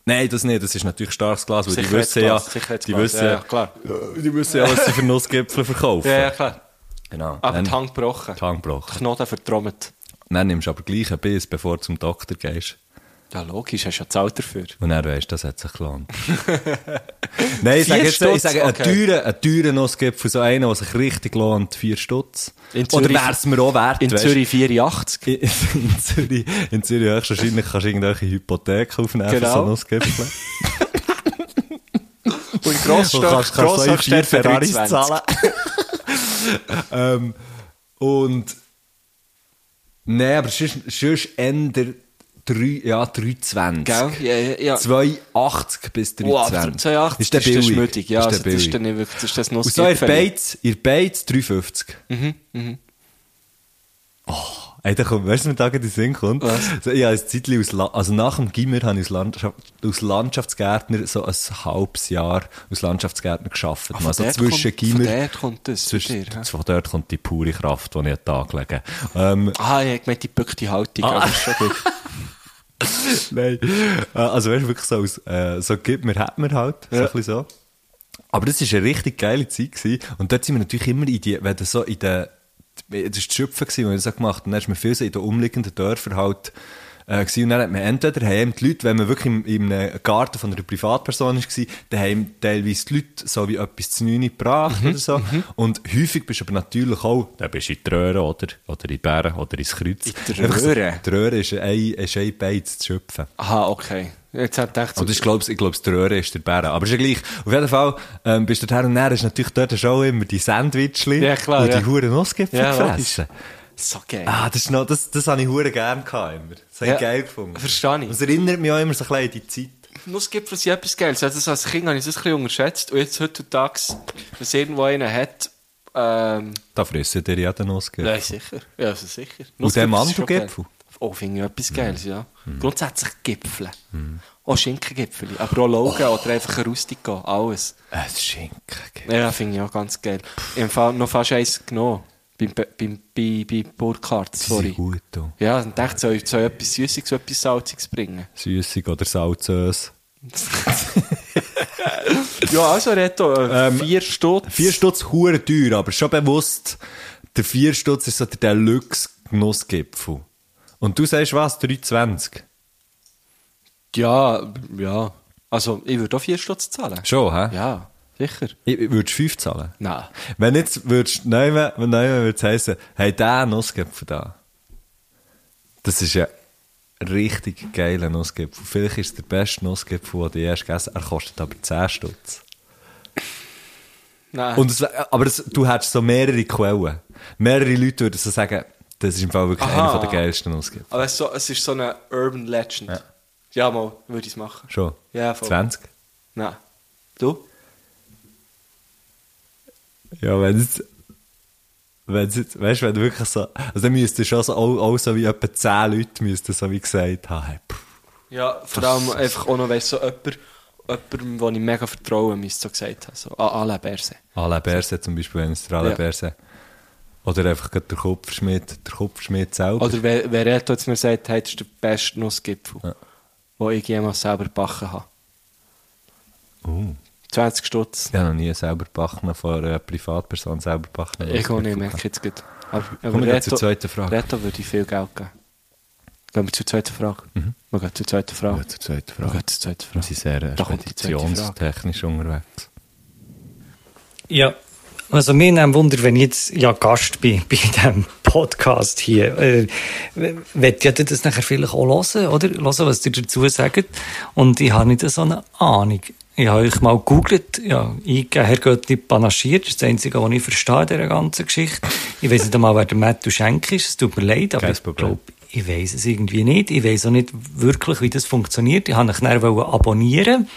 S2: nein, das nicht, das ist natürlich starkes Glas, weil die wissen ja,
S5: Sicherheitsglas,
S2: die
S5: Sicherheitsglas,
S2: wissen,
S5: ja, ja, klar.
S2: <laughs> die wissen ja, was sie für Nussgipfel verkaufen.
S5: Ja, ja, klar.
S2: Genau.
S5: Aber
S2: Dann-
S5: die Hand gebrochen.
S2: Die Hand gebrochen.
S5: Knoten vertrommelt.
S2: Dann nimmst du aber gleich einen Biss, bevor du zum Doktor gehst.
S5: Ja, logisch, hast ja Zeit dafür.
S2: Und er weißt, das hat sich
S5: <laughs>
S2: gelohnt. Nein, ich sage,
S5: Vier
S2: jetzt, ich sage einen,
S5: Stutz, okay.
S2: teuren, einen teuren Nussgipfel, so einen, der sich richtig lohnt, vier Stutz.
S5: In
S2: Oder
S5: Zürich-
S2: wäre es mir auch wert,
S5: In
S2: weisst?
S5: Zürich 84.
S2: In, in Zürich, in Zürich höchstwahrscheinlich kannst du irgendwelche Hypothek aufnehmen für so
S5: Genau.
S2: Nussgipfel.
S5: Und in
S2: Und kannst, kannst so in vier Ferraris zahlen.
S5: <laughs>
S2: ähm, und nein, aber sonst, sonst ändert drei, ja, 3,20.
S5: Gell? Ja, ja, ja.
S2: 2,80 bis 3,20.
S5: Wow, 280 ist der
S2: billig?
S5: schmütig. Ja,
S2: Ist der
S5: also das ist
S2: billig?
S5: dann nicht wirklich, das ist das
S2: Und so ihr
S5: Nussgipfel.
S2: Beiz, ihr Beiz 3,50. Mhm, mhm. Oh, Hey, da kommt, weißt du, was mir da gerade in den Sinn kommt? So, ich habe ein Zeitchen aus, La- also nach dem Gimmer habe ich als, Landschaft, aus Landschaftsgärtner so ein halbes Jahr als Landschaftsgärtner gearbeitet.
S5: Ah, von
S2: also
S5: dort
S2: zwischen
S5: kommt- von
S2: Gimmer,
S5: dort kommt das bei
S2: zwischen,
S5: dir, hä?
S2: von dort kommt die pure Kraft, die ich an den Tag lege. Ähm, <laughs>
S5: Ah, ich meinte die bückte Haltung.
S2: Ah.
S5: aber ist schon gut.
S2: Nein. Äh, Also, weißt du, wirklich so, aus, äh, so gibt mir, hat mir halt. So ein bisschen so. Aber das war eine richtig geile Zeit. Gewesen. Und dort sind wir natürlich immer in die, wenn du so in den, das war die Schöpfe, die wir so gemacht haben. Dann ist man viel so in den umliegenden Dörfern halt, äh, gewesen. und dann hat man entweder heim die Leute, wenn man wirklich im, im einem Garten von einer Privatperson war, dann haben teilweise die Leute so wie etwas zu 9 gebracht oder so. Und häufig bist du aber natürlich auch, dann Mhm, bist du in die Röhre oder, oder in die Bären oder ins Kreuz.
S5: In die
S2: Einfach so-
S5: Röhre?
S2: Die Röhre ist ein, ist ein Bein zu schöpfen.
S5: Aha, okay. Jetzt hat ich
S2: Und
S5: gedacht,
S2: ich glaube, ich glaube, das Röhre ist der Bären. Aber ist ja gleich. Auf jeden Fall, ähm, bist du dort her und dann ist natürlich dort schon immer die Sandwichli
S5: Ja, klar,
S2: und die
S5: ja.
S2: Huren Nussgipfel
S5: Ja,
S2: gefressen.
S5: so geil.
S2: Ah, das ist noch, das, das habe ich Huren gern gehabt immer. Das habe
S5: Ja,
S2: ich geil gefunden.
S5: verstehe ich.
S2: Und es erinnert mich auch immer so ein bisschen an die Zeit.
S5: Nussgipfel sind etwas Geiles. Also das als Kind habe ich das ein bisschen unterschätzt. Und jetzt heutzutage, wenn es irgendwo einen hat, ähm,
S2: Da fressen dir ja den Nussgipfel.
S5: nein, sicher. Ja, also sicher.
S2: Und der
S5: Nussgipfel ist schon
S2: Mandelgipfel?
S5: geil. Oh, finde ich
S2: Mhm.
S5: etwas Geiles, ja. Grundsätzlich Gipfel. Auch Schinkengipfel. Aber auch Logen
S2: Oh.
S5: oder einfach eine Rustico. Alles.
S2: Ein Äh, Schinken.
S5: Ja, finde ich auch ganz geil. Im Fall noch fast eins genommen. Beim, Be- beim, bei, bei Burkhardt,
S2: Die sind
S5: sorry.
S2: gut da.
S5: Ja, dann dachte ich, soll, soll ich etwas Süßes, etwas Salziges bringen?
S2: Süssig oder salzös.
S5: Ja, also Reto, äh,
S2: Ähm,
S5: vier Stutz.
S2: Vier Stutz Huren teuer, aber schon bewusst, der vier Stutz ist so der Deluxe-Nussgipfel. Und du sagst was? 3,20?
S5: Ja, ja. Also, ich würde auch vier Stutz zahlen.
S2: Schon, hä?
S5: Ja, sicher.
S2: Ich, ich würdest fünf zahlen?
S5: Nein.
S2: Wenn jetzt würdest, nein, wenn nein, würde es heissen, hey, der Nussgipfel da. Das ist ja richtig geiler Nussgipfel. Vielleicht ist es der beste Nussgipfel, den du erst gegessen hast. Er kostet aber 10 Stutz.
S5: Nein.
S2: Und es, aber es, du hättest so mehrere Quellen. Mehrere Leute würden so sagen, das ist im Fall wirklich
S5: Aha.
S2: einer der geilsten Nussgipfel.
S5: Aber es, ist so, es ist so eine Urban Legend. Ja, mal, würde ich es machen.
S2: Schon?
S5: Ja, voll.
S2: 20?
S5: Nein. Du?
S2: Ja, wenn es. Wenn es jetzt, weißt du, wenn du wirklich so. Also dann müsstest du schon so, auch, auch so wie etwa 10 Leute müssten so wie gesagt haben, hey, pff.
S5: Ja, vor allem einfach auch noch, weißt du, so jemand, jemandem, dem ich mega vertraue, wie ich es so gesagt habe. So, à à la Berse.
S2: Alain Berset zum Beispiel, wenn es der Alain
S5: Ja.
S2: Berset. Oder einfach gerade der Kupferschmied, der Kupferschmied selber.
S5: Oder wer, wer Reto jetzt mir sagt, hey, das ist der beste Nussgipfel,
S2: Ja.
S5: den ich jemals selber gebacken habe.
S2: Uh.
S5: 20 Stutz.
S2: ich habe noch nie selber gebacken, von einer Privatperson selber gebacken.
S5: Ich auch nicht, merke ich jetzt gut. Aber, aber
S2: Kommen wir zur zweiten Frage.
S5: Reto würde ich viel Geld geben. Gehen wir zur zweiten Frage. Wir gehen zur zweiten Frage.
S2: Gut, Mhm. zur zweiten
S5: Wir
S2: Frage.
S5: gehen zur zweiten
S2: Wir
S5: Frage.
S2: sind sehr
S5: Da kommt die zweite
S2: expeditionstechnisch unterwegs.
S6: Ja, also mir nimmt Wunder, wenn ich jetzt ja Gast bin <laughs> bei diesem Podcast hier, äh, wird ja das nachher vielleicht auch hören, oder? Hören, was ihr dazu sagt. Und ich habe nicht so eine Ahnung. Ich habe euch mal gegoogelt, ja, eingegeben, Herr Göttli panaschiert, das ist das Einzige, was ich verstehe in dieser ganzen Geschichte. Ich weiß nicht einmal, wer der Matt Duschenk ist, es tut mir leid, aber
S2: Kein
S6: ich
S2: Problem.
S6: glaube, ich weiß es irgendwie nicht. Ich weiß auch nicht wirklich, wie das funktioniert. Ich wollte nachher abonnieren.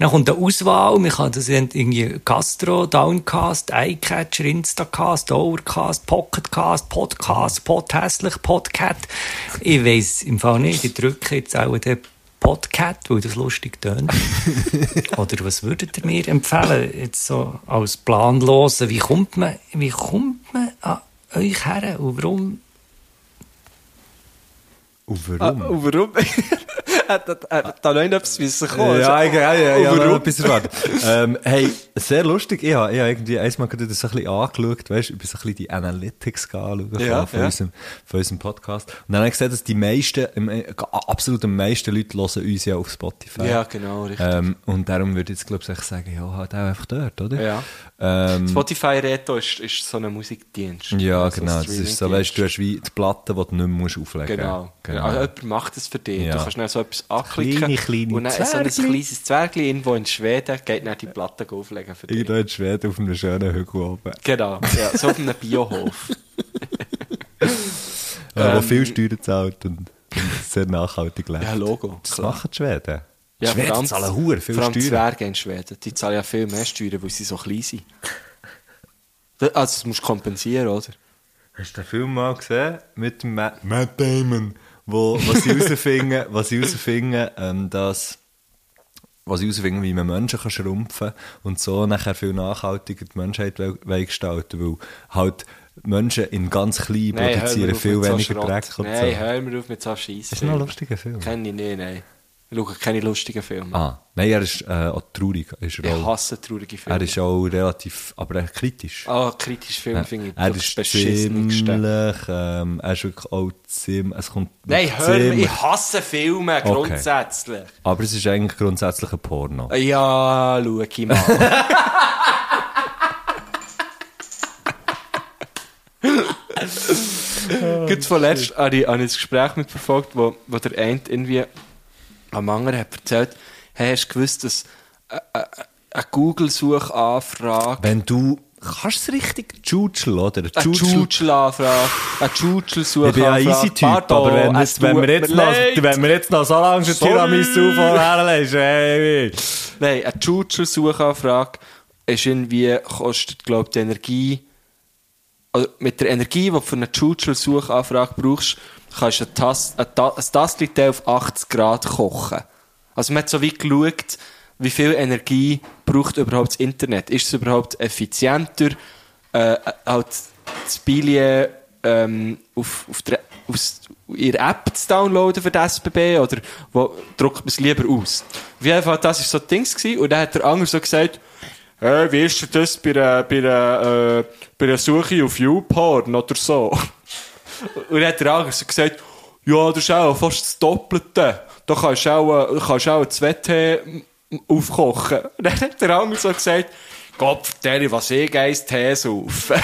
S6: Dann kommt eine Auswahl. Man kann das irgendwie Gastro, Downcast, Eyecatcher, Instacast, Overcast, Pocketcast, Podcast, Podhässlich, Podcat. Ich weiß im Fall nicht. Ich drücke jetzt auch den Podcat, weil das lustig tönt. Oder was würdet ihr mir empfehlen? Jetzt so als Planlosen. Wie kommt man, wie kommt man an euch her? Und warum
S2: Und
S5: Ah,
S2: warum?
S5: und warum? <laughs> hat, hat, hat da noch etwas wissen Also, können?
S2: Ja, ich, ja, ja, ja,
S5: Und
S2: warum?
S5: warum?
S2: Etwas erwartet. ähm, hey, sehr lustig. Ich habe, ich habe irgendwie einmal gerade so ein bisschen angeschaut, weißt du, ich bin so ein bisschen die Analytics anschauen
S5: Ja,
S2: von, von,
S5: ja.
S2: Unserem, von unserem Podcast. Und dann habe ich gesehen, dass die meisten, im- äh, absolut die meisten Leute hören uns ja auf Spotify.
S5: Ja, genau, richtig.
S2: Ähm, und darum würde ich jetzt, glaube ich, sagen, ja, halt auch einfach dort, oder?
S5: Ja.
S2: Ähm,
S5: Spotify Reto ist, ist so ein Musikdienst.
S2: ja,
S5: Also ein
S2: genau. Das ist so, weißt du, du hast wie die Platte, die du nicht mehr musst auflegen
S5: Genau.
S2: genau.
S5: Also, jemand macht es für dich.
S2: Ja.
S5: Du kannst dann so etwas anklicken.
S2: Kleine, kleine
S5: und dann so ein
S2: Zwergli.
S5: kleines Zwergli irgendwo in Schweden geht dann die Platte auflegen für dich.
S2: Irgendwo in Schweden auf einem schönen Hügel oben,
S5: Genau, ja, so auf einem
S2: <laughs>
S5: Biohof.
S2: äh, wo
S5: Ähm,
S2: viel Steuern zahlt und, und sehr nachhaltig lebt.
S5: Ja, Logo.
S2: Das machen die Schweden. Die
S5: Ja,
S2: Schweden
S5: vor allem-
S2: zahlen Huren, viel
S5: Vor allem die
S2: Steuern.
S5: Zwerge in Schweden, die zahlen ja viel mehr Steuern, weil sie so klein sind. Da- Also das musst du kompensieren, oder?
S2: Hast du den Film mal gesehen? Mit dem Ma Matt Damon. Wo, was sie herausfinden, was sie herausfinden ähm, dass was sie herausfinden, wie man Menschen kann schrumpfen kann und so nachher viel nachhaltiger die Menschheit we- we- gestalten weil halt Menschen in ganz klein
S5: Nein, hör
S2: produzieren
S5: mir auf
S2: viel
S5: mit so
S2: weniger
S5: Schrott.
S2: Dreck und
S5: Nein,
S2: so.
S5: hör mir auf mit so Scheiße.
S2: Das ist noch ein lustiger Film.
S5: Kenne ich nicht, nein. Ich schaue keine lustigen Filme.
S2: Ah, nein, er ist äh, auch traurig. Ist
S5: ich
S2: er, auch,
S5: hasse traurige Filme.
S2: er ist auch relativ, aber er kritisch.
S5: Ah, kritische Filme finde ich
S2: er
S5: das
S2: ist
S5: beschissenigste.
S2: ziemlich, ähm, er ist wirklich auch ziemlich, es kommt
S5: Nein, hör mir,
S2: ziemlich-
S5: ich hasse Filme
S2: Okay.
S5: grundsätzlich.
S2: Aber es ist eigentlich grundsätzlich ein Porno.
S5: Ja, schau
S2: <laughs>
S5: ich mal. Gut, vorletzt habe ich, ah, habe ich ein Gespräch mitverfolgt, wo, wo der eine irgendwie am anderen hat erzählt, hey, hast du gewusst, dass äh, äh, eine Google-Suchanfrage
S2: Wenn du, kannst du es richtig tschutscheln, oder?
S5: Eine Tschutschel-Anfrage, eine Tschutschel-Suche.
S2: Ich bin ja ein easy Typ, aber wenn, jetzt, wenn, wir jetzt noch, wenn wir jetzt noch so lange schon
S5: Sorry.
S2: Tiramisu vorherlesen, hey, hey.
S5: Nein, eine Tschutschel-Suchanfrage ist irgendwie, kostet, glaube ich, die Energie. Also mit der Energie, die du für eine Tschutschel-Suchanfrage brauchst, kannst du ein Tas- ein Ta- ein Tasslitel auf 80 Grad kochen. Also man hat so wie geschaut, wie viel Energie braucht überhaupt das Internet. Ist es überhaupt effizienter, äh, halt das Billion ähm, auf, auf der, aus ihre App zu downloaden für die SBB oder wo, druckt man es lieber aus? Auf jeden Fall, das war so Dings gewesen, und dann hat der andere so gesagt, Hey, wie ist denn das bei einer, bei einer, äh, bei einer Suche auf YouPorn oder so? <laughs> Und dann hat der andere so gesagt, ja, das ist auch fast das Doppelte. Da kannst du auch, äh, kannst du auch zwei Tee m- aufkochen. <laughs> Und dann hat der andere so gesagt, Gott, vertelle, was ich geis Tee saufen.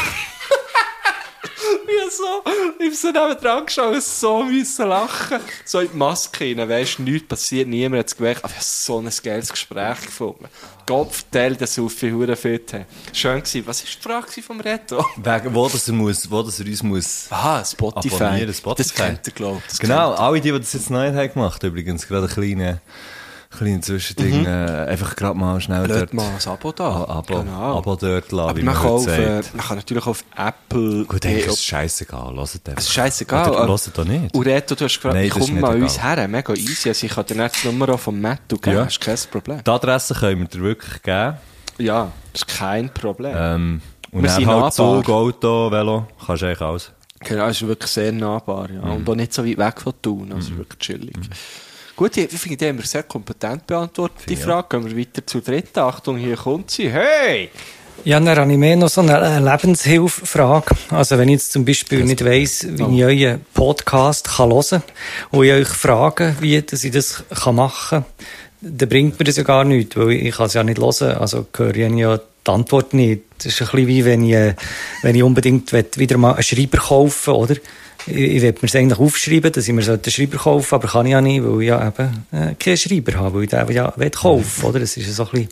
S5: Wie so, ich bin so neben dran geschaut, und so müssen lachen. So in die Maske rein, weisst du, nichts passiert, niemand hat es gemerkt. Aber ich habe so ein geiles Gespräch gefunden. Gott, vertelle, dass so viel Huren fit haben. Schön gewesen. Was war die Frage gewesen vom Reto?
S2: Wegen, wo das er muss, wo das er uns muss.
S5: Ah, Spotify.
S2: Abonnieren, Spotify.
S5: Das kennt ihr, glaube ich.
S2: Genau, alle die, die das jetzt neu haben gemacht, übrigens, gerade ein kleine, kleine Zwischending, äh, einfach gerade mal schnell
S5: Mhm. Blöd
S2: dort,
S5: mal ein Abo da.
S2: Ah, Abo,
S5: genau.
S2: Abo dort lassen,
S5: Aber
S2: wie
S5: man, kann auf, äh,
S2: heute sagt.
S5: man kann natürlich auf Apple.
S2: Gut, hey,
S5: Hey,
S2: ist scheißegal, hört einfach.
S5: es ist scheißegal.
S2: Oder hört doch nicht.
S5: Ureto, du hast gefragt,
S2: Nein, das ist
S5: komm
S2: nicht
S5: mal
S2: egal.
S5: uns her. Mega easy. Also ich kann dir nicht die Nummer auch vom Mattu geben.
S2: Ja.
S5: Das ist kein Problem.
S2: Die Adresse können wir dir wirklich geben.
S5: Ja, das ist kein Problem.
S2: Ähm, und
S5: Wir
S2: dann
S5: sind nahbar.
S2: halt Zug, Auto, Velo, kannst du eigentlich alles.
S5: Genau, es ist wirklich sehr nahbar. Ja.
S2: Mhm.
S5: Und auch nicht so weit weg von Thun. Also wirklich chillig. Gut, ich ich finde, die haben wir sehr kompetent beantwortet, die Frage. Gehen wir weiter zur dritten. Achtung, hier kommt sie. Hey!
S6: Ja, dann habe ich mehr noch so eine äh, Lebenshilffrage. Also wenn ich jetzt zum Beispiel nicht weiss, wie ich euren Podcast kann hören kann und ich euch frage, wie dass ich das kann machen kann, dann bringt mir das ja gar nichts, weil ich kann es ja nicht hören Also höre ich ja die Antwort nicht. Das ist ein bisschen wie, wenn ich, äh, wenn ich unbedingt will, wieder mal einen Schreiber kaufen oder? Ich, ich will mir es eigentlich aufschreiben, dass ich mir so einen Schreiber kaufen sollte, aber kann ich ja nicht, weil ich ja eben äh, keinen Schreiber habe, weil ich den ja will kaufen oder? Das ist ja so ein bisschen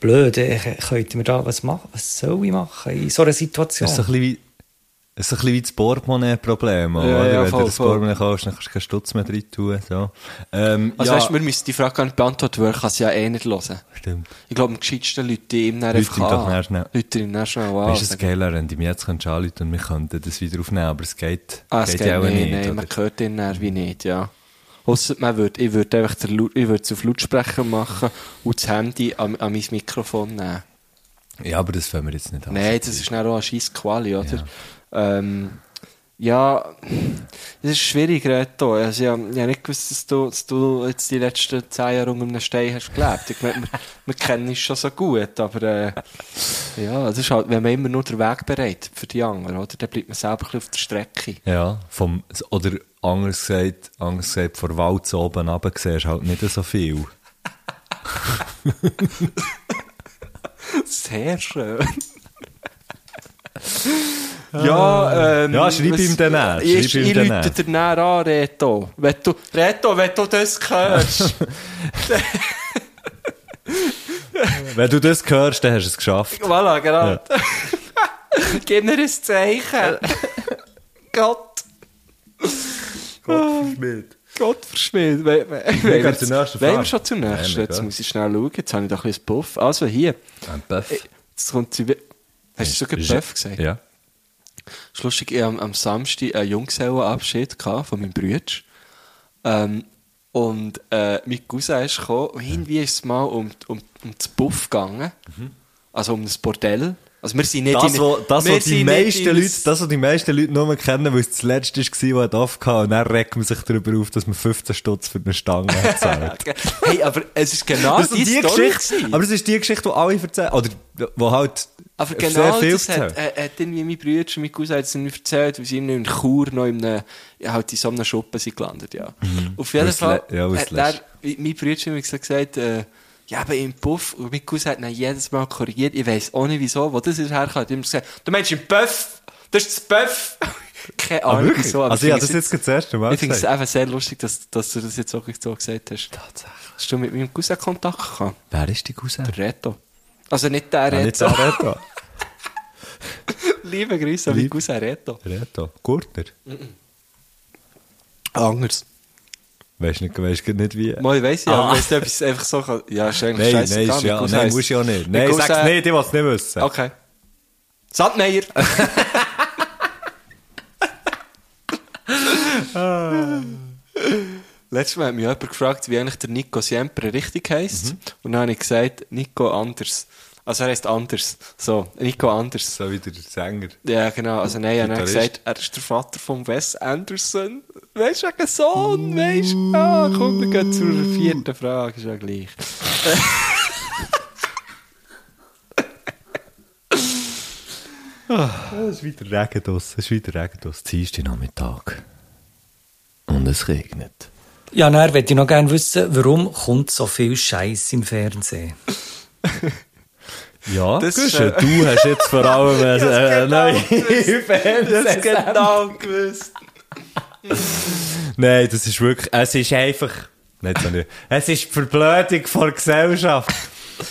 S6: blöd. Äh, Könnte mir da was machen? Was soll ich machen in so einer Situation?
S2: Es ist so ein bisschen wie, es ist ein bisschen wie das Portemonnaie-Problem. oder?
S5: ja,
S2: Wenn
S5: voll,
S2: du das
S5: voll.
S2: Portemonnaie kaufst, dann kannst du keinen Stutz mehr rein tun. So. Ähm,
S5: Also
S2: ja,
S5: weißt du, wir müssen die Frage gar nicht beantworten, weil ich kann sie ja eh nicht hören.
S2: stimmt.
S5: Ich glaube, am gescheitsten Leute die ihm dann
S2: Leute ihm doch
S5: an.
S2: dann schnell.
S5: Leute Also, ihm dann schnell an.
S2: Weißt du, es geil, wäre, wenn du mir jetzt könntest anrufen und wir könnten das wieder aufnehmen, aber es geht,
S5: ah, es geht,
S2: ja auch
S5: nicht,
S2: nicht.
S5: nein,
S2: oder?
S5: man hört ihn dann wie nicht, ja. Ausser, man würd, ich würde einfach den, Lau- ich würd es auf Lautsprecher machen und das Handy an, an mein Mikrofon nehmen.
S2: Ja, aber das fangen wir jetzt nicht an.
S5: Nein, das ist dann auch eine scheisse Quali, oder? Ja, ähm, ja das ist schwierig, Reto. Also, ich habe ich habe nicht gewusst, dass du, dass du jetzt die letzten zehn Jahre unter einem Stein hast gelebt. Ich meine, wir, wir kennen uns schon so gut, aber äh, ja, das ist halt, wenn man immer nur den Weg bereitet für die anderen, oder? Dann bleibt man selber ein bisschen auf der Strecke.
S2: Ja, vom, oder anders gesagt, anders gesagt, von Wald zu oben runter siehst du halt nicht so viel.
S5: Sehr schön. <laughs> Ja, ähm,
S2: Ja, schreib ihm dann an, schreib
S5: Ich,
S2: ihm
S5: ich
S2: dann
S5: lüte
S2: an.
S5: dir näher an, Reto. Wenn du, Reto, wenn du das hörst.
S2: Wenn du das hörst, dann hast du es geschafft.
S5: <laughs> voilà, genau. Gib mir ein <laughs> Zeichen. Gott. Gott verschmiert. Gott verschmiert.
S2: Wir
S5: Wollen
S2: gehen zur nächsten
S5: wollen wir
S2: Frage.
S5: schon zum nächsten?
S2: Ja,
S5: Jetzt
S2: mega.
S5: muss ich schnell schauen. Jetzt habe ich doch ein bisschen Puff. Also hier,
S2: Ein Böff.
S5: äh, jetzt kommt sie. wie- Hast du sogar Puff gesagt?
S2: Ja.
S5: Es ist lustig, ich hatte am, am Samstag einen Junggesellenabschied gehabt von meinem Bruder. Ähm, und äh, mein Cousin ist gekommen und irgendwie ist es mal um, um, um das Buff gegangen. Also um das Bordell. Also wir sind nicht
S2: Mhm. Das,
S5: in-
S2: wo, das,
S5: wir
S2: wo die
S5: sind nicht
S2: meisten
S5: in ein-
S2: Leute, das, was die meisten Leute nur kennen, weil es das letzte war, das offen hatte. Und dann regt man sich darüber auf, dass man 15 Stutz für eine Stange hat
S5: <laughs>
S2: gezahlt.
S5: Hey, aber es ist genau
S2: Das ist
S5: die,
S2: die
S5: Story
S2: Geschichte,
S5: gewesen.
S2: aber es ist die Geschichte, die alle erzählen, oder die halt
S5: Aber genau
S2: sehr viel
S5: das hat,
S2: erzählen.
S5: äh, hat irgendwie mein Bruder und mein Cousin hat es mir erzählt, weil sie irgendwie in Chur noch in, einem, ja, halt in so einem Schuppen sind gelandet. Ja. Auf jeden
S2: Weil's
S5: Fall
S2: Mhm. le- ja, weil's
S5: hat
S2: le-
S5: er, mein Bruder hat mir gesagt, äh, ja, aber im Puff, und mein Cousin hat dann jedes Mal korrigiert, ich weiss auch nicht wieso, wo das ist herkommt. Er hat immer gesagt, du meinst im Puff, das ist das Puff. <laughs> Keine
S2: Ah,
S5: Ahnung
S2: wirklich?
S5: wieso.
S2: also,
S5: ich
S2: ja,
S5: find's
S2: das ist jetzt das erste Mal.
S5: ich finde es
S2: gesagt.
S5: einfach sehr lustig, dass, dass du das jetzt auch so gesagt hast. Tatsächlich. Hast du mit meinem Cousin Kontakt gehabt?
S2: Wer ist die Cousin?
S5: Der Reto. Also nicht der
S2: Ah,
S5: Reto.
S2: nicht der Reto.
S5: <laughs> Liebe Grüße an meinen
S2: Lieb-
S5: Cousin Reto.
S2: Reto. Gurtner.
S5: Anders.
S2: Weißt du nicht, weißt grad nicht wie.
S5: Mal, ich weiss ja,
S2: Ah.
S5: aber wenn du etwas einfach so kann. Ja, ist eigentlich
S2: Nein,
S5: scheiße.
S2: nein, ist ja, nein, muss ich auch nicht. Nein, sag's nicht, ich will es nicht wissen.
S5: Okay. Sandmeier! Ah. Letztes Mal hat mich jemand gefragt, wie eigentlich der Nico Siempre richtig heisst. Und dann habe ich gesagt, Nico anders. Also er heißt anders. So, Nico anders.
S2: So wie der Sänger.
S5: Ja, genau. Also nein, er hat
S2: Gitarrist.
S5: gesagt, er ist der Vater von Wes Anderson. Weißt du, wegen Sohn, weißt du? Ah, komm, wir gehen zur vierten Frage, ist ja gleich.
S2: Es ist wieder Regen draussen, es ist wieder Regen draussen. Dienstag Nachmittag. Und es regnet.
S6: Ja, dann würde ich noch gerne wissen, warum kommt so viel Scheiß im Fernsehen?
S2: Ja,
S5: Das
S2: das
S5: ist,
S2: ist, äh, du hast jetzt vor
S5: <laughs>
S2: allem äh, äh, neue Fernseh-
S5: genau gewusst.
S2: Nein, das ist wirklich, es ist einfach, nicht so nicht. Es ist die Verblödung von der Gesellschaft.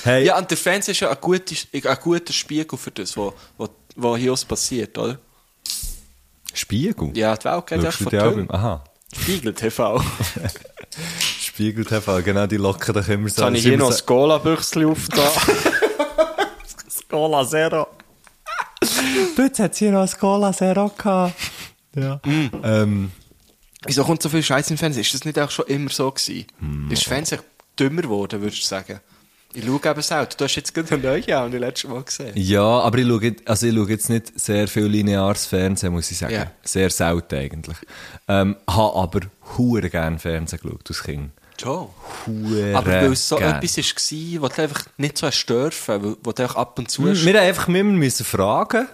S2: Hey,
S5: Ja, und der Fernseher ist ja ein guter, ein guter Spiegel für das, was was- was hier uns passiert, oder?
S2: Spiegel?
S5: Ja, die Welt geht echt
S2: Schaust du
S5: von
S2: die auch beim,
S5: Tön.
S2: aha.
S5: Spiegel TV.
S2: Spiegel TV, genau, die locken dich immer so.
S5: Jetzt habe ich hier noch ein Cola-Büchsel aufgetan.
S2: Cola Zero. du, jetzt hat hier noch ein Cola Zero
S5: <laughs>
S2: gehabt. Ja. Ähm,
S5: <laughs> Wieso kommt so viel Scheiß im Fernsehen? Ist das nicht auch schon immer so gewesen?
S2: Hm.
S5: Ist Fernsehen dümmer geworden, würdest du sagen? Ich schaue eben selten. Du hast jetzt gerade einen neuen an, den letzten Mal gesehen.
S2: ja, aber ich schaue, jetzt- also ich schaue jetzt nicht sehr viel lineares Fernsehen, muss ich sagen.
S5: Ja.
S2: Sehr selten eigentlich. Ähm, habe aber hure gern Fernsehen geschaut als Kind.
S5: Schon.
S2: Hure
S5: Aber weil es so
S2: gern.
S5: etwas war, was du einfach nicht so hast dürfen, weil- was du einfach ab und zu hast.
S2: Hm, Wir haben einfach immer müssen fragen.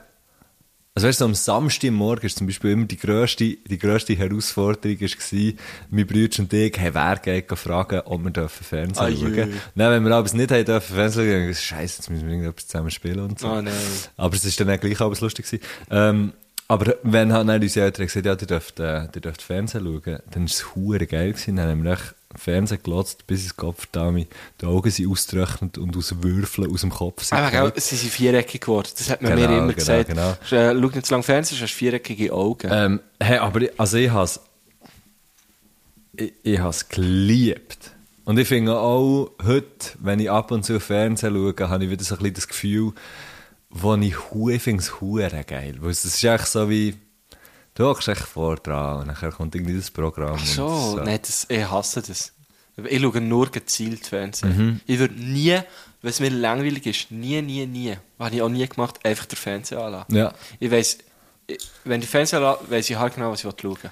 S2: Also weißt du, am Samstagmorgen ist zum Beispiel immer die grösste, die grösste Herausforderung ist gewesen, mein Bruder und ich, hey, wer geht fragen, ob wir dürfen Fernsehen
S5: Ah, je.
S2: schauen dürfen. Nein, wenn wir abends nicht haben dürfen Fernsehen schauen, dann scheiße, jetzt müssen wir irgendetwas zusammen spielen und so.
S5: Ah, nein.
S2: Aber es ist dann auch gleich abends lustig gewesen. Ähm, aber wenn halt dann unsere Eltern gesagt haben, ja, ihr dürft, äh, ihr dürft Fernsehen schauen, dann ist es hure geil gewesen. Dann haben wir echt Fernsehen gelotzt, bis ins Kopf, die Augen sind ausgetrocknet und aus Würfeln aus dem Kopf sind.
S5: Aber
S2: gefallen.
S5: gell, sie sind viereckig geworden. Das hat man
S2: Genau,
S5: mir immer
S2: genau,
S5: gesagt.
S2: genau.
S5: Ist, äh, Schau nicht zu lange Fernsehen, hast du viereckige Augen.
S2: Ähm, hey, aber ich, also ich has ich, ich has geliebt. Und ich finde auch heute, wenn ich ab und zu Fernsehen schaue, habe ich wieder so ein bisschen das Gefühl, wo ich hu finde es hure geil. Weil es ist echt so wie, du hockst echt vor dran und dann kommt irgendwie das Programm. und
S5: so,
S2: so.
S5: nein, das, ich hasse das. Ich schaue nur gezielt Fernsehen.
S2: Mhm.
S5: Ich würde nie, wenn es mir langweilig ist, nie, nie, nie, habe ich auch nie gemacht, einfach den Fernseher anlassen.
S2: Ja.
S5: Ich weiss, ich- wenn ich Fernseher anlasse, weiss ich halt genau, was ich schauen will.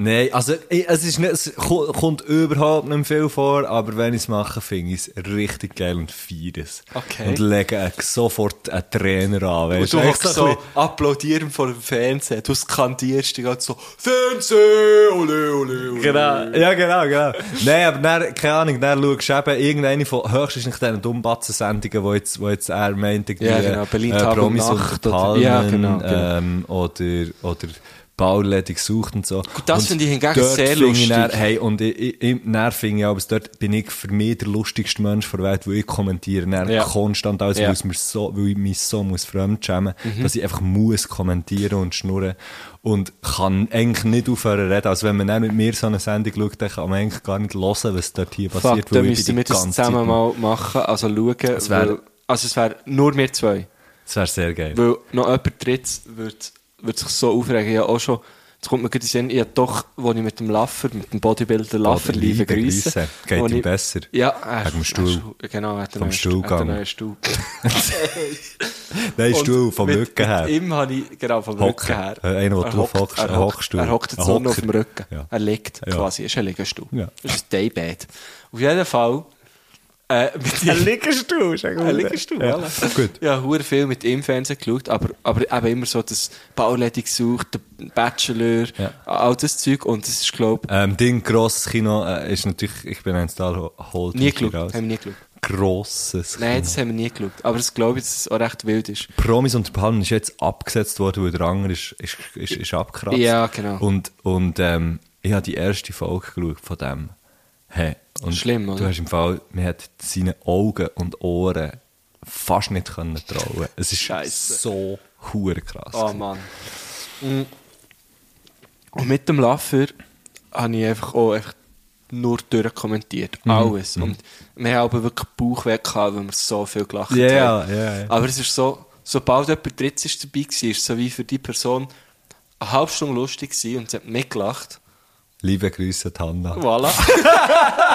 S2: Nein, also ich, es, ist nicht, es ko- kommt überhaupt nicht viel vor, aber wenn ich es mache, finde ich es richtig geil und feiere es.
S5: Okay.
S2: Und lege äh, sofort einen Trainer an.
S5: Und
S2: weisst
S5: du
S2: Echt
S5: hockst
S2: ein
S5: so
S2: bisschen-
S5: applaudieren vor dem Fernsehen. Du skandierst die ganze so, Fernsehen, ole, ole, ole.
S2: Genau, ja, genau, genau. Nein, aber dann, keine Ahnung, dann schaust du eben irgendeine von höchstwahrscheinlich diesen Dummbatzen-Sendungen, wo jetzt, wo jetzt er meint, irgendwie, äh,
S5: Ja, genau, Berlin Tag und
S2: Promis
S5: Nacht
S2: unter
S5: oder-
S2: Palmen,
S5: Ja, genau, genau.
S2: Ähm, oder, oder Bauerledig sucht und so. Gut,
S5: das finde ich hingegen sehr lustig.
S2: hey, und ich, ich, ich, dann finde ich aber, dort bin ich für mich der lustigste Mensch der Welt, weil ich kommentiere dann
S5: Ja.
S2: konstant alles,
S5: Ja. Mhm.
S2: weil, es mir so, weil ich mich so muss fremdschämen muss, dass ich einfach muss kommentieren und schnurren und kann eigentlich nicht aufhören zu reden. Also wenn man dann mit mir so eine Sendung schaut, dann kann man eigentlich gar nicht hören, was dort hier
S5: Fuck,
S2: passiert,
S5: dann
S2: ich
S5: müssten wir das zusammen mal machen, also schauen.
S2: wär-
S5: weil- also es wäre nur wir zwei.
S2: Das wäre sehr geil.
S5: Weil noch jemand drittes würde würd sich so aufregen. Ja, auch schon. Jetzt kommt mir gerade in den Sinn, ich hab doch, wo ich mit dem Laffer, mit dem Bodybuilder Laffer liebe
S2: Liebe
S5: Grüße.
S2: Grüße. Geht
S5: wo
S2: ihm
S5: ich-
S2: besser.
S5: Ja, er-
S2: Wegen dem
S5: er-
S2: Stuhl.
S5: Genau, er hat einen
S2: Vom
S5: neuen Stuhl. er hat einen
S2: Stuhlgang.
S5: neuen Stuhl.
S2: Nein,
S5: Und
S2: Stuhl, vom
S5: mit-
S2: Rücken her.
S5: Mit ihm habe ich, genau, vom
S2: Hocken.
S5: Rücken her.
S2: Äh, einer, wo
S5: Er
S2: du
S5: hockt-
S2: hockst,
S5: er
S2: ein
S5: hockt-
S2: Hockstuhl.
S5: Er hockt
S2: Ein
S5: jetzt nur noch auf dem
S2: Hocker.
S5: Rücken.
S2: Ja.
S5: Er liegt
S2: Ja.
S5: quasi, ist ein Liegestuhl.
S2: Ja.
S5: Das ist ein Daybed. Auf jeden Fall, äh, mit ihm-
S2: Liegestuhl, ist
S5: ein Liegestuhl,
S2: Ja.
S5: voilà.
S2: Gut.
S5: Ja, hure viel mit ihm Fernsehen geschaut, aber, aber eben immer so das Bauleitung gesucht, der Bachelor,
S2: Ja.
S5: all das Zeug und das ist, glaube
S2: Ähm, Ding, grosses Kino äh, ist natürlich, ich bin ein Star, holt
S5: ich, nie
S2: mich
S5: geschaut.
S2: raus.
S5: Haben wir nie geschaut.
S2: Grosses Kino.
S5: Nein, das haben wir nie geschaut. Aber das glaube ich, dass es auch recht wild ist.
S2: Promis unter Palmen ist jetzt abgesetzt worden, weil der andere ist, ist, ist, ist abgekratzt.
S5: Ja, genau.
S2: Und, und ähm, ich habe die erste Folge geschaut von dem. Hey, und
S5: Schlimm, oder?
S2: Du hast im Fall, man hat seine Augen und Ohren fast nicht können trauen. Es ist
S5: Scheisse.
S2: so hure krass.
S5: Oh Mann. Mm. Und mit dem Laffer habe ich einfach auch einfach nur durchkommentiert.
S2: Mhm.
S5: Alles. Und wir haben aber wirklich Bauchweh gehabt, weil wir so viel gelacht
S2: Ja,
S5: haben.
S2: ja, ja.
S5: Aber es ist so, sobald jemand drittes ist dabei war, ist es so wie für die Person eine halbe Stunde lustig gewesen und sie hat mitgelacht.
S2: Liebe Grüße, Tanna.
S5: Voilà.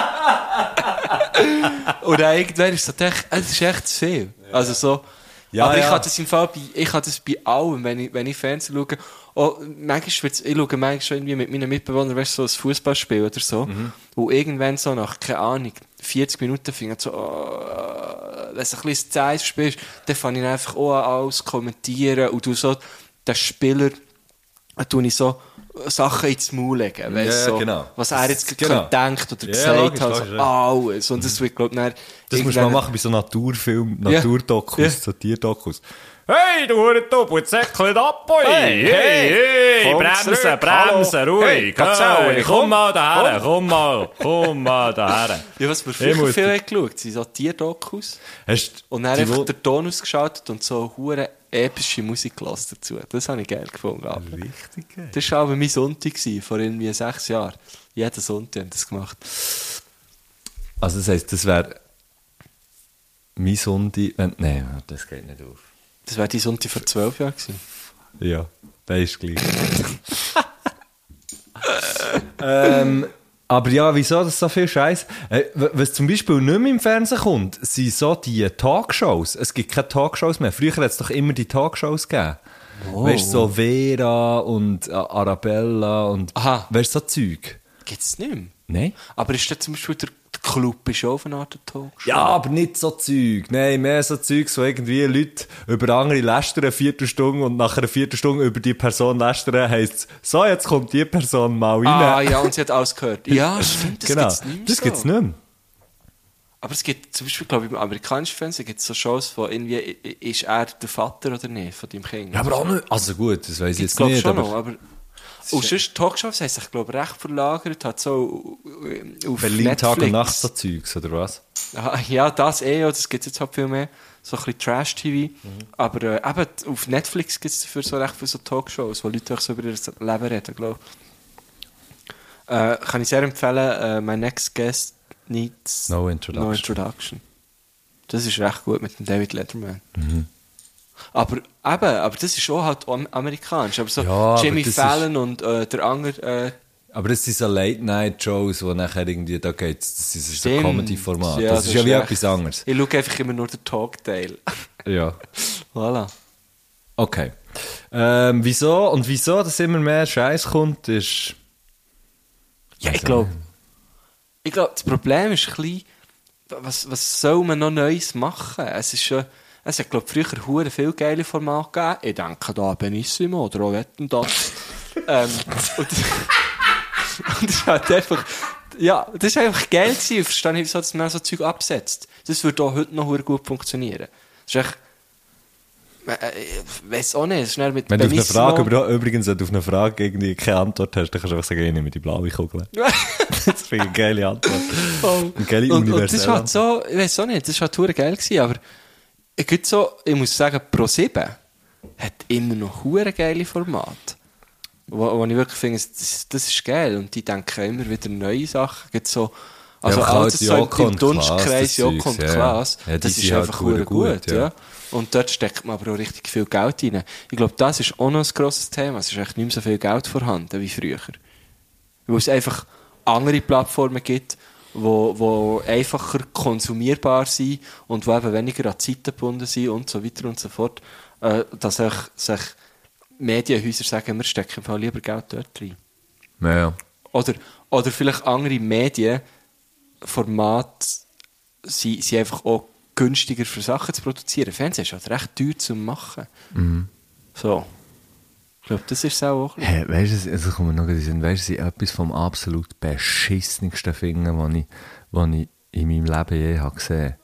S5: <laughs> und dann irgendwann ist es so, echt, es ist echt zu viel. Also so.
S2: Ja,
S5: aber ich
S2: ja.
S5: habe das im Fall bei, ich habe das bei allem, wenn ich, wenn ich Fernsehen schaue. Oh, manchmal wird's, ich schaue manchmal schon irgendwie mit meinen Mitbewohnern, weißt du, so ein Fußballspiel oder so.
S2: Mhm.
S5: Wo irgendwann so nach, keine Ahnung, 40 Minuten fing so, oh, wenn es ein bisschen Zeit spielst, dann fange ich einfach auch an, alles zu kommentieren und du so, der Spieler, dann tue ich so Sachen ins Maul legen, weißt
S2: Ja, ja,
S5: so,
S2: genau.
S5: was er jetzt
S2: Genau.
S5: gerade denkt oder
S2: Ja,
S5: gesagt
S2: logisch,
S5: hat,
S2: logisch,
S5: also
S2: ja. Mhm.
S5: alles. Und das wird, glaube ich,
S2: Das muss man machen bei so Naturfilm, Naturdokus,
S5: Ja.
S2: so Tierdokus.
S7: Hey, du Hurentup, jetzt säckelt ab, boy! Hey, hey, hey!
S1: komm
S7: bremsen,
S1: zurück,
S7: bremsen,
S1: hallo. Hey,
S7: ruhig!
S1: Gazelle,
S7: hey, komm,
S1: komm,
S7: mal daher, komm mal, komm mal daher.
S5: Ja, was wir
S2: Ich
S5: früher
S2: muss-
S5: viel haben geschaut sind so Tierdokus.
S2: Hast
S5: Und dann
S2: die
S5: einfach
S2: Wo-
S5: den Ton ausgeschaltet und so hure epische Musik gelassen dazu. Das habe ich geil gefunden. Aber.
S2: Richtig, ey.
S5: Das war aber mein Sonntag, gewesen, vor irgendwie sechs Jahren. Jeden Sonntag haben wir das gemacht.
S2: Also das heisst, das wäre mein Sonntag... wenn- Nein, warte, das geht nicht auf.
S5: Das wäre die Sonntag vor zwölf Jahren gewesen.
S2: Ja, der ist gleich. <laughs> ähm, aber ja, wieso das so viel Scheiß? Äh, w- was zum Beispiel nicht mehr im Fernsehen kommt, sind so die Talkshows. Es gibt keine Talkshows mehr. Früher hat es doch immer die Talkshows gegeben. Weißt du, so Vera und äh, Arabella und
S5: Aha.
S2: weißt du, so Zeug.
S5: Gibt es nicht mehr.
S2: Nein?
S5: Aber ist da zum Beispiel der der Club ist auch auf eine Art Talkshow?
S2: Ja, aber nicht so Zeug. Nein, mehr so Zeugs, wo irgendwie Leute über andere lästern eine Viertelstunde und nach einer Viertelstunde über die Person lästern, heisst so, jetzt kommt die Person mal rein.
S5: Ah ja, und sie hat alles
S2: <laughs>
S5: gehört. Ja, stimmt, das
S2: genau.
S5: gibt's nicht mehr
S2: das
S5: so.
S2: gibt's nicht mehr.
S5: Aber es gibt zum Beispiel, glaube ich, im amerikanischen Fernsehen gibt es so Shows, wo irgendwie i- i- ist er der Vater oder nicht von deinem Kind.
S2: Ja, aber auch nicht. Also gut, das weiß ich
S5: Gibt's,
S2: jetzt
S5: glaub ich
S2: nicht.
S5: glaube schon
S2: Aber
S5: noch, aber... Und sonst, Talkshows haben sich, glaube ich, recht verlagert, hat so äh, auf
S2: Berlin
S5: Netflix.
S2: Tag und Nacht so Zeugs, oder was?
S5: Ah, Ja, das eh, ja, das gibt es jetzt halt viel mehr. So ein bisschen Trash-TV.
S2: Mhm.
S5: Aber äh, eben, auf Netflix gibt es dafür so recht viele so Talkshows, wo Leute auch so über ihr Leben reden, glaube ich. Äh, kann ich sehr empfehlen, äh, My Next Guest Needs
S2: No Introduction.
S5: No Introduction. Das ist recht gut mit dem David Letterman.
S2: Mhm.
S5: Aber eben, aber das ist auch halt am- amerikanisch. Aber so
S2: Ja, aber
S5: Jimmy
S2: das ist-
S5: Fallon und äh, der andere... Äh,
S2: Aber das sind so Late-Night-Shows, wo nachher irgendwie, da geht's, das ist so ein
S5: Stimmt.
S2: Comedy-Format. das, ist ja wie
S5: recht.
S2: etwas anderes.
S5: Ich schaue einfach immer nur den Talk-Teil. <laughs>
S2: Ja.
S5: voilà.
S2: Okay. Ähm, wieso und wieso, dass immer mehr Scheiß kommt, ist.
S5: Ja, ich
S2: Also-
S5: glaube. Ich glaube, das Problem ist ein bisschen, was, was soll man noch Neues machen? Es ist schon. Es hat, glaube ich, früher hure viel geile Formate gegeben. Ich denke da an Benissimo oder auch Wetten, das. ähm, und, <laughs> das- und das ist halt einfach... Ja, das war einfach geil. Gewesen. Ich verstehe nicht, wieso das man so Zeug absetzt. Das würde auch heute noch hure gut funktionieren. Das ist echt... Äh, Ich weiss auch nicht. Es ist dann mit
S2: Wenn du auf eine
S5: Benissimo-
S2: Frage, über, übrigens, wenn du auf eine Frage irgendwie keine Antwort hast, dann kannst du einfach sagen, ich nehme die blaue Kugel. <laughs> das finde ich eine geile Antwort. Eine geile
S5: und, und das
S2: universelle
S5: war halt so, ich weiß auch nicht, das war halt hure geil gewesen, aber ich, würde so, ich muss sagen, Pro 7 hat immer noch hure geile Formate. Wo, wo ich wirklich finde, das, das ist geil und die denken immer wieder neue Sachen. Gibt so Also
S2: Ja,
S5: alles
S2: halt
S5: so im,
S2: Joko
S5: im
S2: und Klaas,
S5: Dunstkreis,
S2: das
S5: Joko und
S2: Zeugs, ja.
S5: Klaas,
S2: Ja, die
S5: das ist
S2: sind halt
S5: einfach verdammt
S2: verdammt
S5: gut.
S2: gut, ja.
S5: ja. Und dort steckt man aber auch richtig viel Geld rein. Ich glaube, das ist auch noch ein grosses Thema. Es ist echt nicht mehr so viel Geld vorhanden wie früher. Weil es einfach andere Plattformen gibt, wo, wo einfacher konsumierbar sind und wo eben weniger an Zeiten gebunden sind und so weiter und so fort. Äh, dass sich, sich Medienhäuser sagen, wir stecken im Fall lieber Geld dort rein.
S2: Naja.
S5: Oder, oder vielleicht andere Medienformate sind, sind einfach auch günstiger für Sachen zu produzieren. Fernsehen ist halt recht teuer zu machen. So. Ich glaube, das ist es auch. Ein bisschen.
S2: Hey, weißt du, also kommt mir noch in den Sinn, weißt du, etwas vom absolut beschissensten Finger, was ich, was ich in meinem Leben je habe gesehen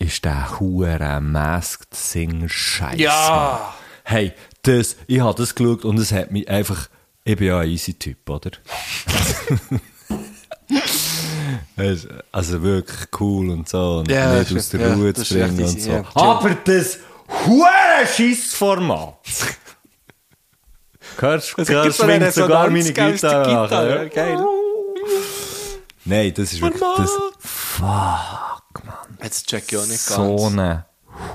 S2: ist der hure Masked Singer Scheiß.
S1: Ja!
S2: Hey, das, ich habe das geschaut und es hat mich einfach, ich bin ja ein easy Typ, oder? <laughs> Es- also wirklich cool und so und
S5: Ja,
S2: nicht
S5: das
S2: aus
S5: ist-
S2: der
S5: ja,
S2: Ruhe
S5: das
S2: zu
S5: ist
S2: bringen
S5: echt
S2: und
S5: easy,
S2: so.
S5: ja.
S2: Aber das hure Schissformat. Hörst du,
S5: gibt so eine
S2: schwingt sogar meine
S5: Resonanz, gell, aus der
S2: Gitarre. nach,
S5: Gitarre,
S2: ja.
S5: ja, geil.
S2: Nein, das ist wirklich das
S5: Jetzt check ich auch nicht
S2: so
S5: ganz.
S2: eine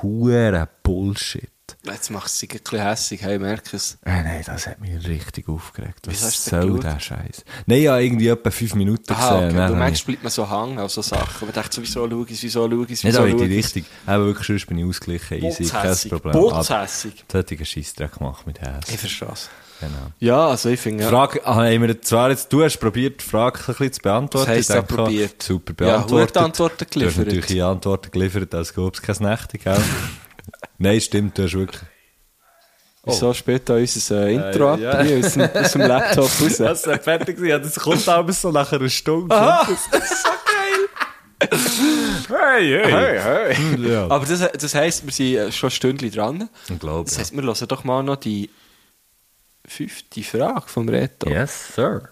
S2: hure Bullshit.
S5: Jetzt macht es sich ein bisschen hässig, hey, merke es.
S2: Äh, nein, das hat mich richtig aufgeregt.
S5: Wieso
S2: Was
S5: hast du denn
S2: soll
S5: geschaut?
S2: der Scheiß? Nein, ich habe irgendwie etwa fünf Minuten
S5: Aha,
S2: gesehen.
S5: okay.
S2: dann
S5: Du
S2: habe
S5: merkst,
S2: ich-
S5: bleibt man so hängen auf so Sachen. Man denkt so, wieso schau ich, wieso schau ich,
S2: nicht
S5: wieso
S2: aber
S5: schau
S2: in die
S5: ich.
S2: Richtung. Aber wirklich, sonst bin ich ausgeglichen. Easy, kein
S5: Putzhässig.
S2: Problem.
S5: Putzhässig.
S2: Das hätte ich einen Scheissdreck gemacht mit
S5: Ich
S2: Häs.
S5: verstehe es.
S2: Genau.
S5: Ja, also ich finde...
S2: Die Frage, ah, haben wir zwar jetzt, du hast probiert, die Frage ein bisschen zu beantworten.
S5: Das heisst,
S2: Ich denke,
S5: ja, probiert.
S2: Super
S5: Ja,
S2: beantwortet.
S5: gute Antworten
S2: Du hast
S5: geliefert.
S2: natürlich Antworten geliefert, als gäbe es keine Nächte, gell?
S5: <laughs>
S2: Nein, stimmt, du hast wirklich...
S5: Wieso spielt da unser äh, Intro ab? Hier aus, dem, aus dem Laptop raus.
S2: Das ist fertig gewesen. Das kommt aber so nach einer Stunde.
S7: Hey, hey.
S2: Ja.
S5: Hm, Aber das, das heisst, wir sind äh, schon ein Stündchen dran.
S2: Ich glaube,
S5: Das heisst, wir hören doch mal noch die fünfte Frage vom Reto.
S2: Yes, sir.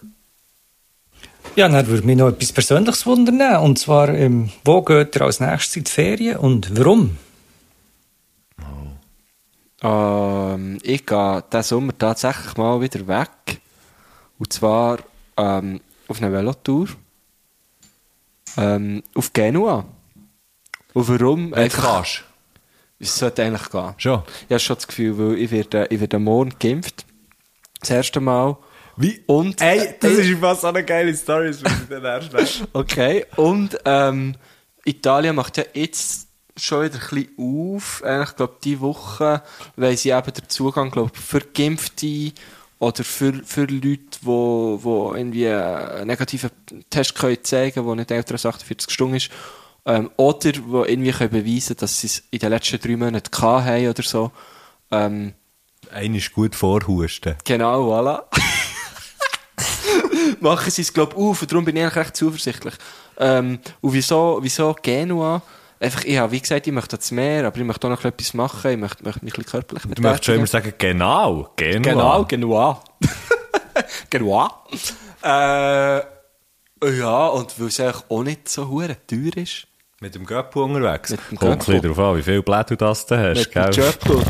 S6: Ja, dann würde mich noch etwas Persönliches wundern. Und zwar, ähm, wo geht ihr als nächstes in die Ferien und warum?
S5: Ähm, ich gehe diesen Sommer tatsächlich mal wieder weg. Und zwar ähm, auf eine Velotour. Ähm, auf Genua. Und warum? Einfach,
S2: Kannst.
S5: es sollte eigentlich gehen.
S2: Schon.
S5: Ich habe schon das Gefühl, weil ich werde, ich werde morgen geimpft. Das erste Mal.
S2: Wie?
S5: Und,
S2: Ey, das
S5: äh,
S2: ist fast so eine geile Story, das muss ich dann erst nehmen.
S5: Okay, und ähm, Italien macht ja jetzt schon wieder ein bisschen auf. Eigentlich, Ich glaube, diese Woche, weil sie eben den Zugang glaub, für Geimpfte oder für, für Leute, wo, wo irgendwie einen negativen Test können zeigen können, der nicht älter als 48 Stunden ist, ähm, oder wo irgendwie können beweisen dass sie es in den letzten drei Monaten gehabt haben oder so. Ähm,
S2: Einer ist gut vorhusten.
S5: Genau, voilà. <laughs> Machen sie es, glaube ich, auf. Und darum bin ich eigentlich recht zuversichtlich. Ähm, und wieso, wieso Genua? Einfach, ich habe, wie gesagt, ich möchte das Meer, aber ich möchte auch noch etwas machen. Ich möchte, möchte mich ein bisschen körperlich
S2: Du möchtest schon immer
S5: betätigen.
S2: sagen, genau, genau.
S5: Genau, Genua. <laughs> Genua. Äh, ja, und weil es eigentlich auch nicht so hure teuer ist.
S2: Mit dem Göppu unterwegs.
S5: Mit dem
S2: Kommt ein bisschen
S5: Göppu.
S2: darauf an, wie viel Blätter du das da hast,
S5: Mit dem
S2: gell?
S5: Jöppel.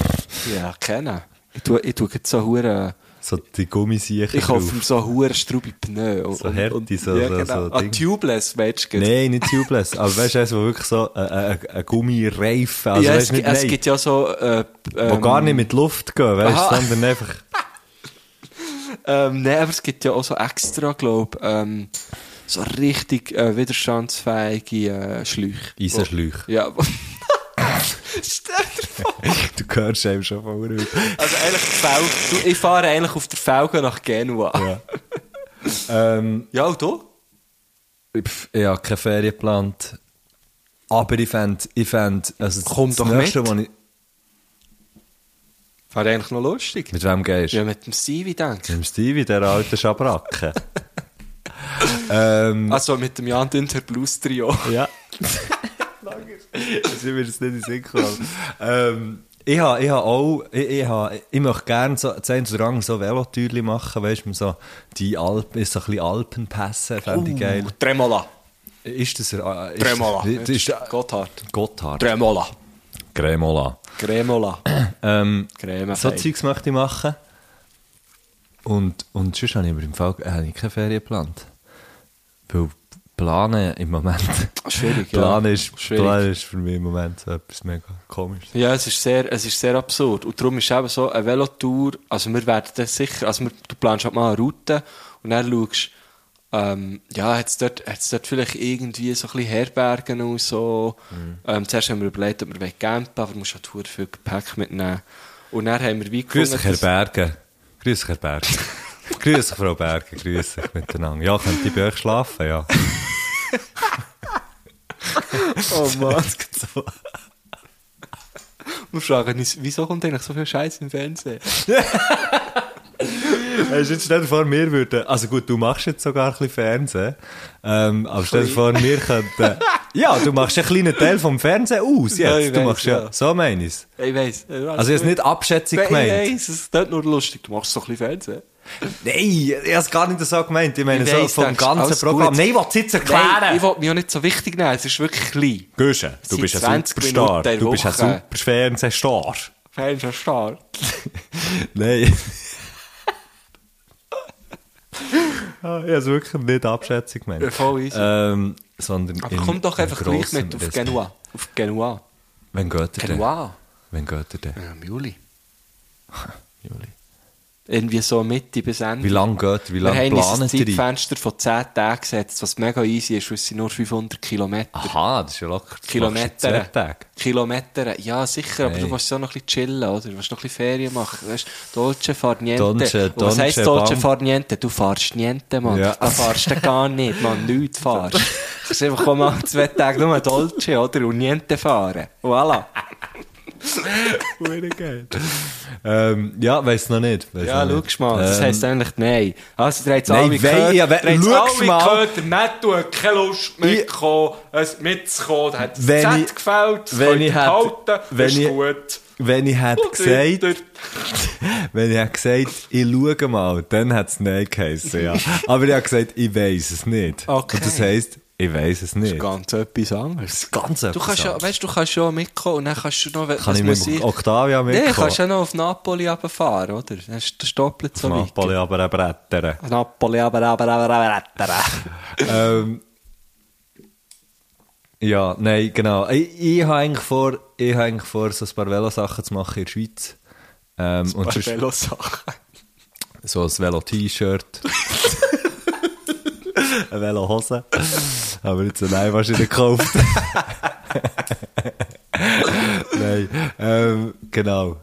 S5: Ja, kennen. Ich tue, ich tue jetzt so hure.
S2: So die Gummisiecher
S5: Ich kaufe ihm so hure strube Pneu. Und-
S2: So härte,
S5: und-
S2: so-
S5: ja,
S2: so-
S5: genau.
S2: so
S5: Ah,
S2: Ding.
S5: Tubeless, weißt du?
S2: Nein, nicht tubeless. <laughs> Aber weißt du, eins, wo wirklich so ein- ein ein Gummireifen, also
S5: ja,
S2: weißt
S5: es,
S2: du nicht,
S5: gi- es
S2: nein,
S5: gibt ja so. Äh,
S2: wo gar nicht mit Luft gehen, weißt
S5: Aha.
S2: du, sondern einfach...
S5: <laughs> Ähm, nein, aber es gibt ja auch so extra, glaube ich, ähm, so richtig äh, widerstandsfähige äh, Schläuche.
S2: <laughs> Eisenschläuche.
S5: Ja. <laughs> Stell dir vor.
S2: Du hörst eben schon von mir.
S5: Also eigentlich die Felge, du, ich fahre eigentlich auf der Felge nach Genua. <laughs> Ja,
S2: ähm,
S5: und du?
S2: pf, ich habe keine Ferien geplant. Aber ich fände, ich fänd, also
S5: Komm
S2: das
S5: doch
S2: Nächste,
S5: mit.
S2: was ich...
S5: Fahre eigentlich noch lustig.
S2: Mit wem gehst du?
S5: Ja, mit dem Stevie, denke
S2: Mit dem Stevie, der alten Schabracke. ähm,
S5: ich. Also mit dem Jan Dünter Blues Trio.
S2: ja. das ist mir jetzt nicht in den Sinn gekommen. ähm, ich habe ich ha auch, ich, ich, ha, ich möchte gerne so, zu einem Rang so Velotürli machen, weißt du, so die Alpen, so ein bisschen Alpenpässe, fände ich geil.
S5: Tremola.
S2: Ist das... Äh, ist,
S5: Tremola.
S2: Ist, ist,
S5: Gotthard.
S2: Gotthard.
S5: Tremola.
S2: Cremola.
S5: Cremola.
S2: Ähm,
S5: Creme.
S2: so Zeugs möchte ich machen. Und, und sonst habe ich aber im Fall äh, habe ich keine Ferien geplant. Weil planen im Moment. <laughs>
S5: Schwierig, ja.
S2: Planen ist,
S5: Schwierig.
S2: Plan ist für mich im Moment so etwas mega komisch.
S5: Ja, es ist sehr, es ist sehr absurd. Und darum ist eben so eine Velotour, also wir werden das sicher, also wir, du planst halt mal eine Route und dann schaust, ähm, ja, hat es dort, hat's dort vielleicht irgendwie so ein bisschen Herbergen und so. Ähm, zuerst haben wir überlegt, ob wir campen wollen, aber du musst halt verdammt viel Gepäck mitnehmen. Und dann haben wir wie dus
S2: Grüß dich, Herr
S5: dass-
S2: Berger. Grüß dich, Herr
S5: <laughs>
S2: Berger. Grüß dich, Frau Berger. Grüß dich miteinander. Ja, könnt ihr bei euch schlafen? Ja.
S5: <laughs> Oh Mann.
S2: so.
S5: Wir fragen uns, wieso kommt eigentlich so viel Scheiß im Fernsehen?
S2: Hey, jetzt stell dir vor, wir würden, also gut, du machst jetzt sogar ein bisschen Fernsehen, ähm, aber stell dir vor, wir
S5: <laughs>
S2: könnten, ja, du machst einen kleinen Teil vom Fernsehen aus
S5: Ja, ich
S2: jetzt, du
S5: weiss,
S2: machst ja,
S5: ja.
S2: so meine ich es.
S5: Ich weiss.
S2: Also jetzt nicht Abschätzung
S5: Ich
S2: gemeint.
S5: weiss, es ist nicht nur lustig, du machst so ein bisschen Fernsehen.
S2: Nein, ich habe es gar nicht so gemeint, ich meine
S5: Ich
S2: so
S5: weiss,
S2: vom
S5: denkst,
S2: ganzen
S5: alles
S2: Programm.
S5: gut.
S2: Nein, ich will es jetzt
S5: Nein, ich
S2: erklären.
S5: wollte mich auch nicht so wichtig nehmen, es ist wirklich klein.
S2: Güsche, du
S5: Seit
S2: bist ein
S5: 20
S2: Superstar,
S5: Minuten in der
S2: du bist ein
S5: Woche.
S2: super Fernsehstar.
S5: Fernsehen stark.
S2: Nein. <laughs> Ah, Ich habe es wirklich nicht Abschätzung gemeint.
S5: Ja, voll easy.
S2: Ähm, sondern
S5: Aber
S2: in-
S5: komm doch
S2: in
S5: einfach gleich
S2: grossem
S5: mit auf
S2: Respekt.
S5: Genua. Auf Genua.
S2: Wann geht er denn?
S5: Genua?
S2: Wann geht er denn?
S5: Ja, im Juli.
S2: <laughs> Juli.
S5: Irgendwie so Mitte bis Ende.
S2: Wie lange geht er? Wie
S5: Wir
S2: lange
S5: haben uns ein
S2: planen die?
S5: Zeitfenster von 10 Tagen gesetzt, was mega easy ist, weil es sind nur 500 Kilometer.
S2: Aha, das ist ja locker. Das machst du in
S5: Kilometer.
S2: zwei Tagen.
S5: Kilometer, ja sicher, aber
S2: Nein.
S5: du willst so noch ein bisschen chillen, oder? Du willst noch ein bisschen Ferien machen. Weißt, Dolce far niente.
S2: Dolce,
S5: Und was
S2: Dolce,
S5: heisst Dolce
S2: Bam.
S5: far niente? Du fahrst niente, Mann.
S2: Ja.
S5: Da fahrst du gar nicht, Mann. Nichts fahrst. Du kannst einfach komm, mal <laughs> zwei Tage nur Dolce, oder? Und niente fahren. Voilà.
S2: Ähm, ja, weiss noch nicht. Weiss
S5: Ja,
S2: noch
S5: schau
S2: nicht.
S5: mal, das
S2: Ähm,
S5: heisst eigentlich nein. Also, ihr habt es
S2: Nein,
S5: alle
S2: wei-
S5: gehört.
S2: ja, we-
S5: ihr habt's
S2: schau's
S5: alle
S2: mal.
S5: gehört, der Netto hat keine Lust mitzukommen, es mitzukommen. Der hat das
S2: Wenn
S5: Z
S2: ich-
S5: gefällt,
S2: wenn
S5: wenn
S2: ich
S5: ich
S2: hätte-
S5: halten,
S2: wenn
S5: ist
S2: ich-
S5: gut.
S2: Wenn ich hätte
S5: Und
S2: gesagt,
S5: weiter.
S2: wenn ich hätte gesagt, ich schaue mal, dann hätte es Nein geheissen, <laughs> ja. Aber ich habe gesagt, ich weiss es nicht.
S5: Okay.
S2: Und das heisst, ich weiss es nicht.
S5: Ganz etwas anderes.
S2: Ganz
S5: Du
S2: etwas
S5: kannst ja,
S2: anderes.
S5: weißt, du du kannst ja mitkommen und dann kannst du noch, wenn
S2: Kann ich mit Octavia mitkommen?
S5: Nein, kannst ja noch auf Napoli runterfahren, oder? Dann ist der doppelt so weit.
S2: Napoli aber auch brettern.
S5: Napoli, aber, aber, aber, aber, aber.
S2: ähm, ja, nein, genau. Ich, ich habe eigentlich vor, ich habe eigentlich vor, so ein paar Velo-Sachen zu machen in der Schweiz. Ähm, und sonst
S5: Velosachen.
S2: so ein <laughs> Velo-T-Shirt. Eine Velo-Hose. Haben wir jetzt eine Leihmaschine gekauft. <laughs> nein, ähm, genau.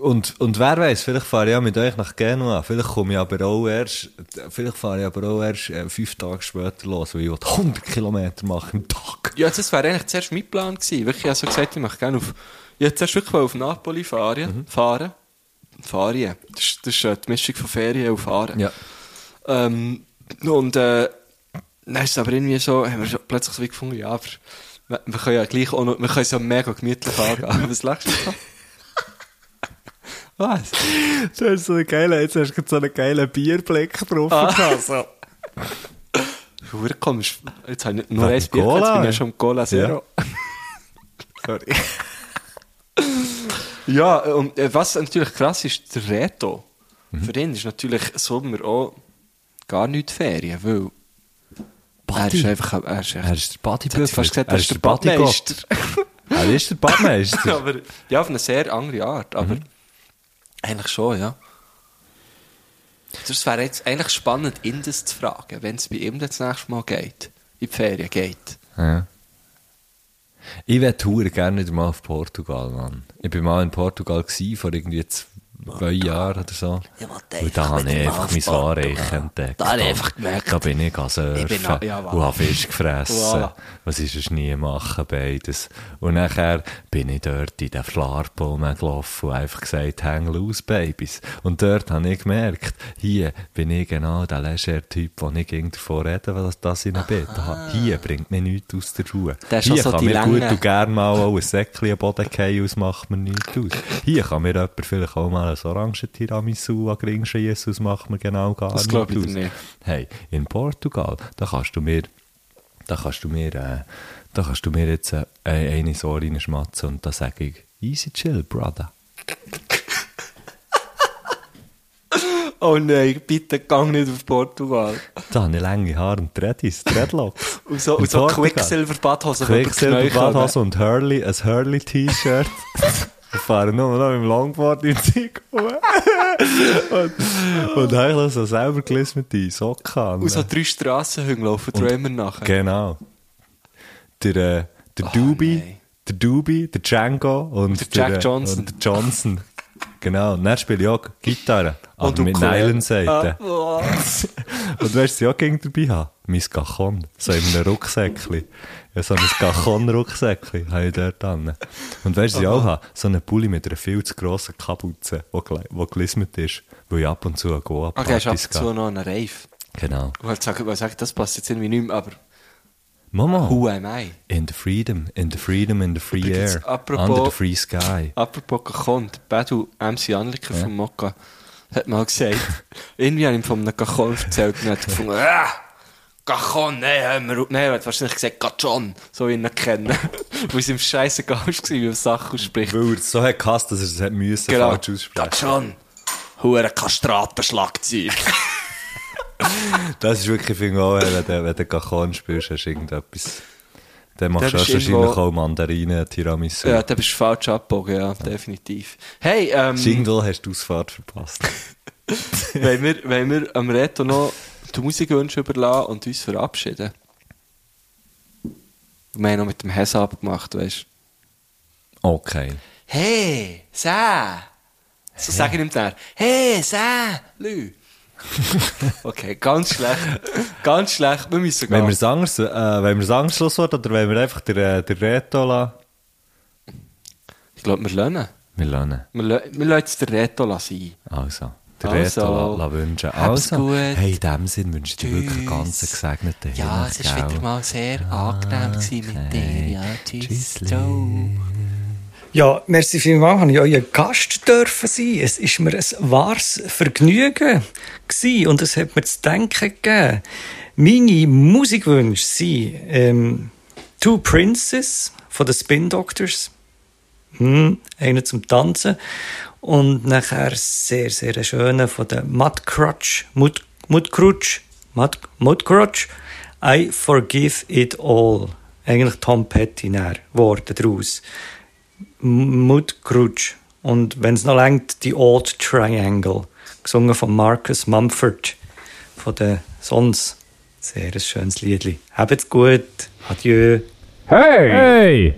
S2: Und, und wer weiß, vielleicht fahre ich ja mit euch nach Genua. Vielleicht komme ich aber auch erst, vielleicht fahre ich aber auch erst äh, fünf Tage später los, weil ich will 100 Kilometer machen am Tag.
S5: Ja, das wäre eigentlich zuerst mein Plan gewesen. Wirklich, ich habe so gesagt, ich möchte gerne auf, ich hätte zuerst wirklich wollen auf Napoli fahren, fahren. Fahren. Das ist, das ist äh, die Mischung von Ferien und Fahren. Ähm, und äh, dann ist es aber irgendwie so, haben wir so plötzlich so wie gefunden, ja, aber wir, wir können ja gleich auch noch, wir können es ja mega gemütlich angehen. Was lachst du da? Was?
S2: Jetzt hast du so einen geilen, jetzt hast du so einen geilen Bierblick drauf.
S5: Ah. So. Verdammt komisch. Jetzt habe ich nur
S2: Wegen
S5: ein Bier, gehabt, jetzt
S2: Cola,
S5: bin ich
S2: ja.
S5: ja schon im Cola Zero. <laughs>
S2: Sorry.
S5: Ja, und äh, was natürlich krass ist, der Reto.
S2: Mhm.
S5: Für ihn ist natürlich Sommer auch gar nicht Ferien, weil er ist einfach... Er ist,
S2: Er ist der Bodybuilder.
S5: Jetzt hätte ich fast gesagt,
S2: Er
S5: er ist der Badmeister.
S2: <laughs> Er ist der
S5: <laughs>
S2: Badmeister.
S5: aber, Mhm. ja, auf eine sehr andere Art, aber eigentlich schon, ja. Das wäre jetzt eigentlich spannend, ihn das zu fragen, wenn es bei ihm das nächste Mal geht, in die Ferien geht.
S2: Ja. Ich wär hure gerne wieder mal auf Portugal, Mann. Ich bin mal in Portugal gewesen, vor irgendwie zwei Jahren oder so. Und da habe ich einfach mein Anreich entdeckt.
S5: Da habe ich einfach gemerkt.
S2: Da bin ich surfen
S5: Ich bin auch- ja,
S2: und
S5: voilà.
S2: habe Fisch gefressen.
S5: Voilà.
S2: Was ist es nie machen, beides. Und nachher bin ich dort in den Flarpo gelaufen und einfach gesagt, hang los, Babys. Und dort habe ich gemerkt, hier bin ich genau der Leger-Typ, der nicht ging davon reden, weil das in bin. Da, hier bringt mir nichts aus der Ruhe.
S5: Der ist
S2: hier
S5: auch so
S2: kann
S5: die
S2: mir gut
S5: Länge.
S2: und gerne mal auch ein Säckchen am Boden fallen, aus macht mir nichts aus. Hier kann mir jemand vielleicht auch mal ein Orangen-Tiramisu an Gring schiessen, aus macht mir genau gar
S5: Das
S2: nichts
S5: glaub ich
S2: aus.
S5: dir nicht.
S2: Hey, in Portugal, da kannst du mir, da kannst du mir, äh, da kannst du mir jetzt äh, ein- eine Sorge schmatzen und da sage ich, easy chill, brother.
S5: Oh nein, bitte gang nicht auf Portugal.
S2: Da habe ich lange Haare und Dreadies, Dreadlocks.
S5: Und so,
S2: In
S5: und so
S2: Portugal.
S5: Quicksilver-Badhose. die über die Knie kommen.
S2: Quicksilver-Badhose und Hurley, ein
S5: <laughs>
S2: Hurley-T-Shirt. Wir fahren nur noch mit dem Longboard im Zeug rum. <laughs> und, und eigentlich so selber gelismete Socken an.
S5: Und so drei Strassenhügel laufen da immer nachher.
S2: Genau. Der, äh, der Doobie,
S5: nein.
S2: der Doobie, der Django und
S5: Oh, Der Jack
S2: äh,
S5: Johnson.
S2: Und der Johnson. genau. Und dann spiele ich auch Gitarre. Aber
S5: Und
S2: mit
S5: Ukulele.
S2: Nylon-Seiten.
S5: Ah,
S2: Und weißt du, was ich auch gegen dabei habe? Mein Gachon. So in einem Rucksäckchen. Ja, so ein Gachon-Rucksäckchen habe ich dort dran. Und weißt du, was ich auch habe? So einen Pulli mit einer viel zu grossen Kapuze, die gel- die gelismet ist, weil ich ab und zu an
S5: Okay, hast du Ah, ab
S2: Goa-Partys
S5: und zu noch einen Reif.
S2: Genau.
S5: Und halt sagen, weil sagen, das passt jetzt irgendwie nicht mehr, aber
S2: Mama.
S5: who am I?
S2: In the freedom, in the freedom, in the free
S5: Übrigens,
S2: air,
S5: apropos-
S2: under the free sky.
S5: Apropos Kachon, der Bedu, MC Anliker vom Mokka, hat mal gesagt, irgendwie habe ich ihm von einem Kachon erzählt und er hat gefunden, ah, Kachon, nein, hör mir auf. Nein, er hat wahrscheinlich gesagt, Kachon, so wie ich ihn <laughs> kenne. Weil es ihm scheißegal war, wie man Sachen ausspricht.
S2: Weil er es so hat gehasst, dass er es hat müssen
S5: Genau,
S2: falsch aussprechen.
S5: Kachon, hure Kastratenschlagzeug.
S2: Das ist wirklich, finde ich auch, wenn du, wenn du Gachon spielst, hast du irgendetwas. Dann machst du erst
S5: bist du
S2: wahrscheinlich
S5: irgendwo-
S2: auch Mandarinen, Tiramisu.
S5: ja, da bist du falsch abgebogen, ja, definitiv. Hey, ähm,
S2: Jingle hast du Ausfahrt verpasst.
S5: wollen wir, wollen wir am Reto noch die Musikwünsche überlassen und uns verabschieden? Wir haben noch mit dem Hess abgemacht, weißt du.
S2: Okay.
S5: Hey, Sam! So sage ich ihm dann. Hey, Sam! <laughs> Lü! okay, ganz schlecht. Ganz schlecht. Wir müssen
S2: Wenn wir
S5: gehen.
S2: es anders, äh, wenn wir es anders Schlusswort oder wenn wir einfach den, äh, den Reto lassen?
S5: Ich glaube, wir lernen.
S2: Wir lernen.
S5: Wir, lö- wir lassen jetzt den Reto sein.
S2: Also. Der
S5: Also,
S2: Reto lassen la wünschen.
S5: hab's
S2: Also,
S5: gut.
S2: hey, in dem Sinn wünsche ich dir wirklich einen ganz
S5: Tschüss.
S2: gesegneten
S5: Ja,
S2: Himmel,
S5: es war
S2: gell?
S5: wieder mal sehr angenehm gewesen mit dir. Ja, tschüss.
S2: Tschüssli.
S5: Ciao.
S6: Ja, merci vielmals, dass ich euer Gast dürfen sein. Es ist mir ein wahres Vergnügen gewesen und es hat mir zu denken gegeben. Meine Musikwünsche sind ähm, Two Princes von den Spin Doctors. Hm, einer zum Tanzen und nachher sehr, sehr schöne von den Mudcrutch. Mud, Mudcrutch. Mud, Mudcrutch. I forgive it all. Eigentlich Tom Petty näher Worte draus. Mudcrutch. Und wenn es noch längt, die Odd Triangle. Gesungen von Marcus Mumford von den Sons. Sehr ein schönes Liedli. Habt's gut. Adieu.
S7: Hey!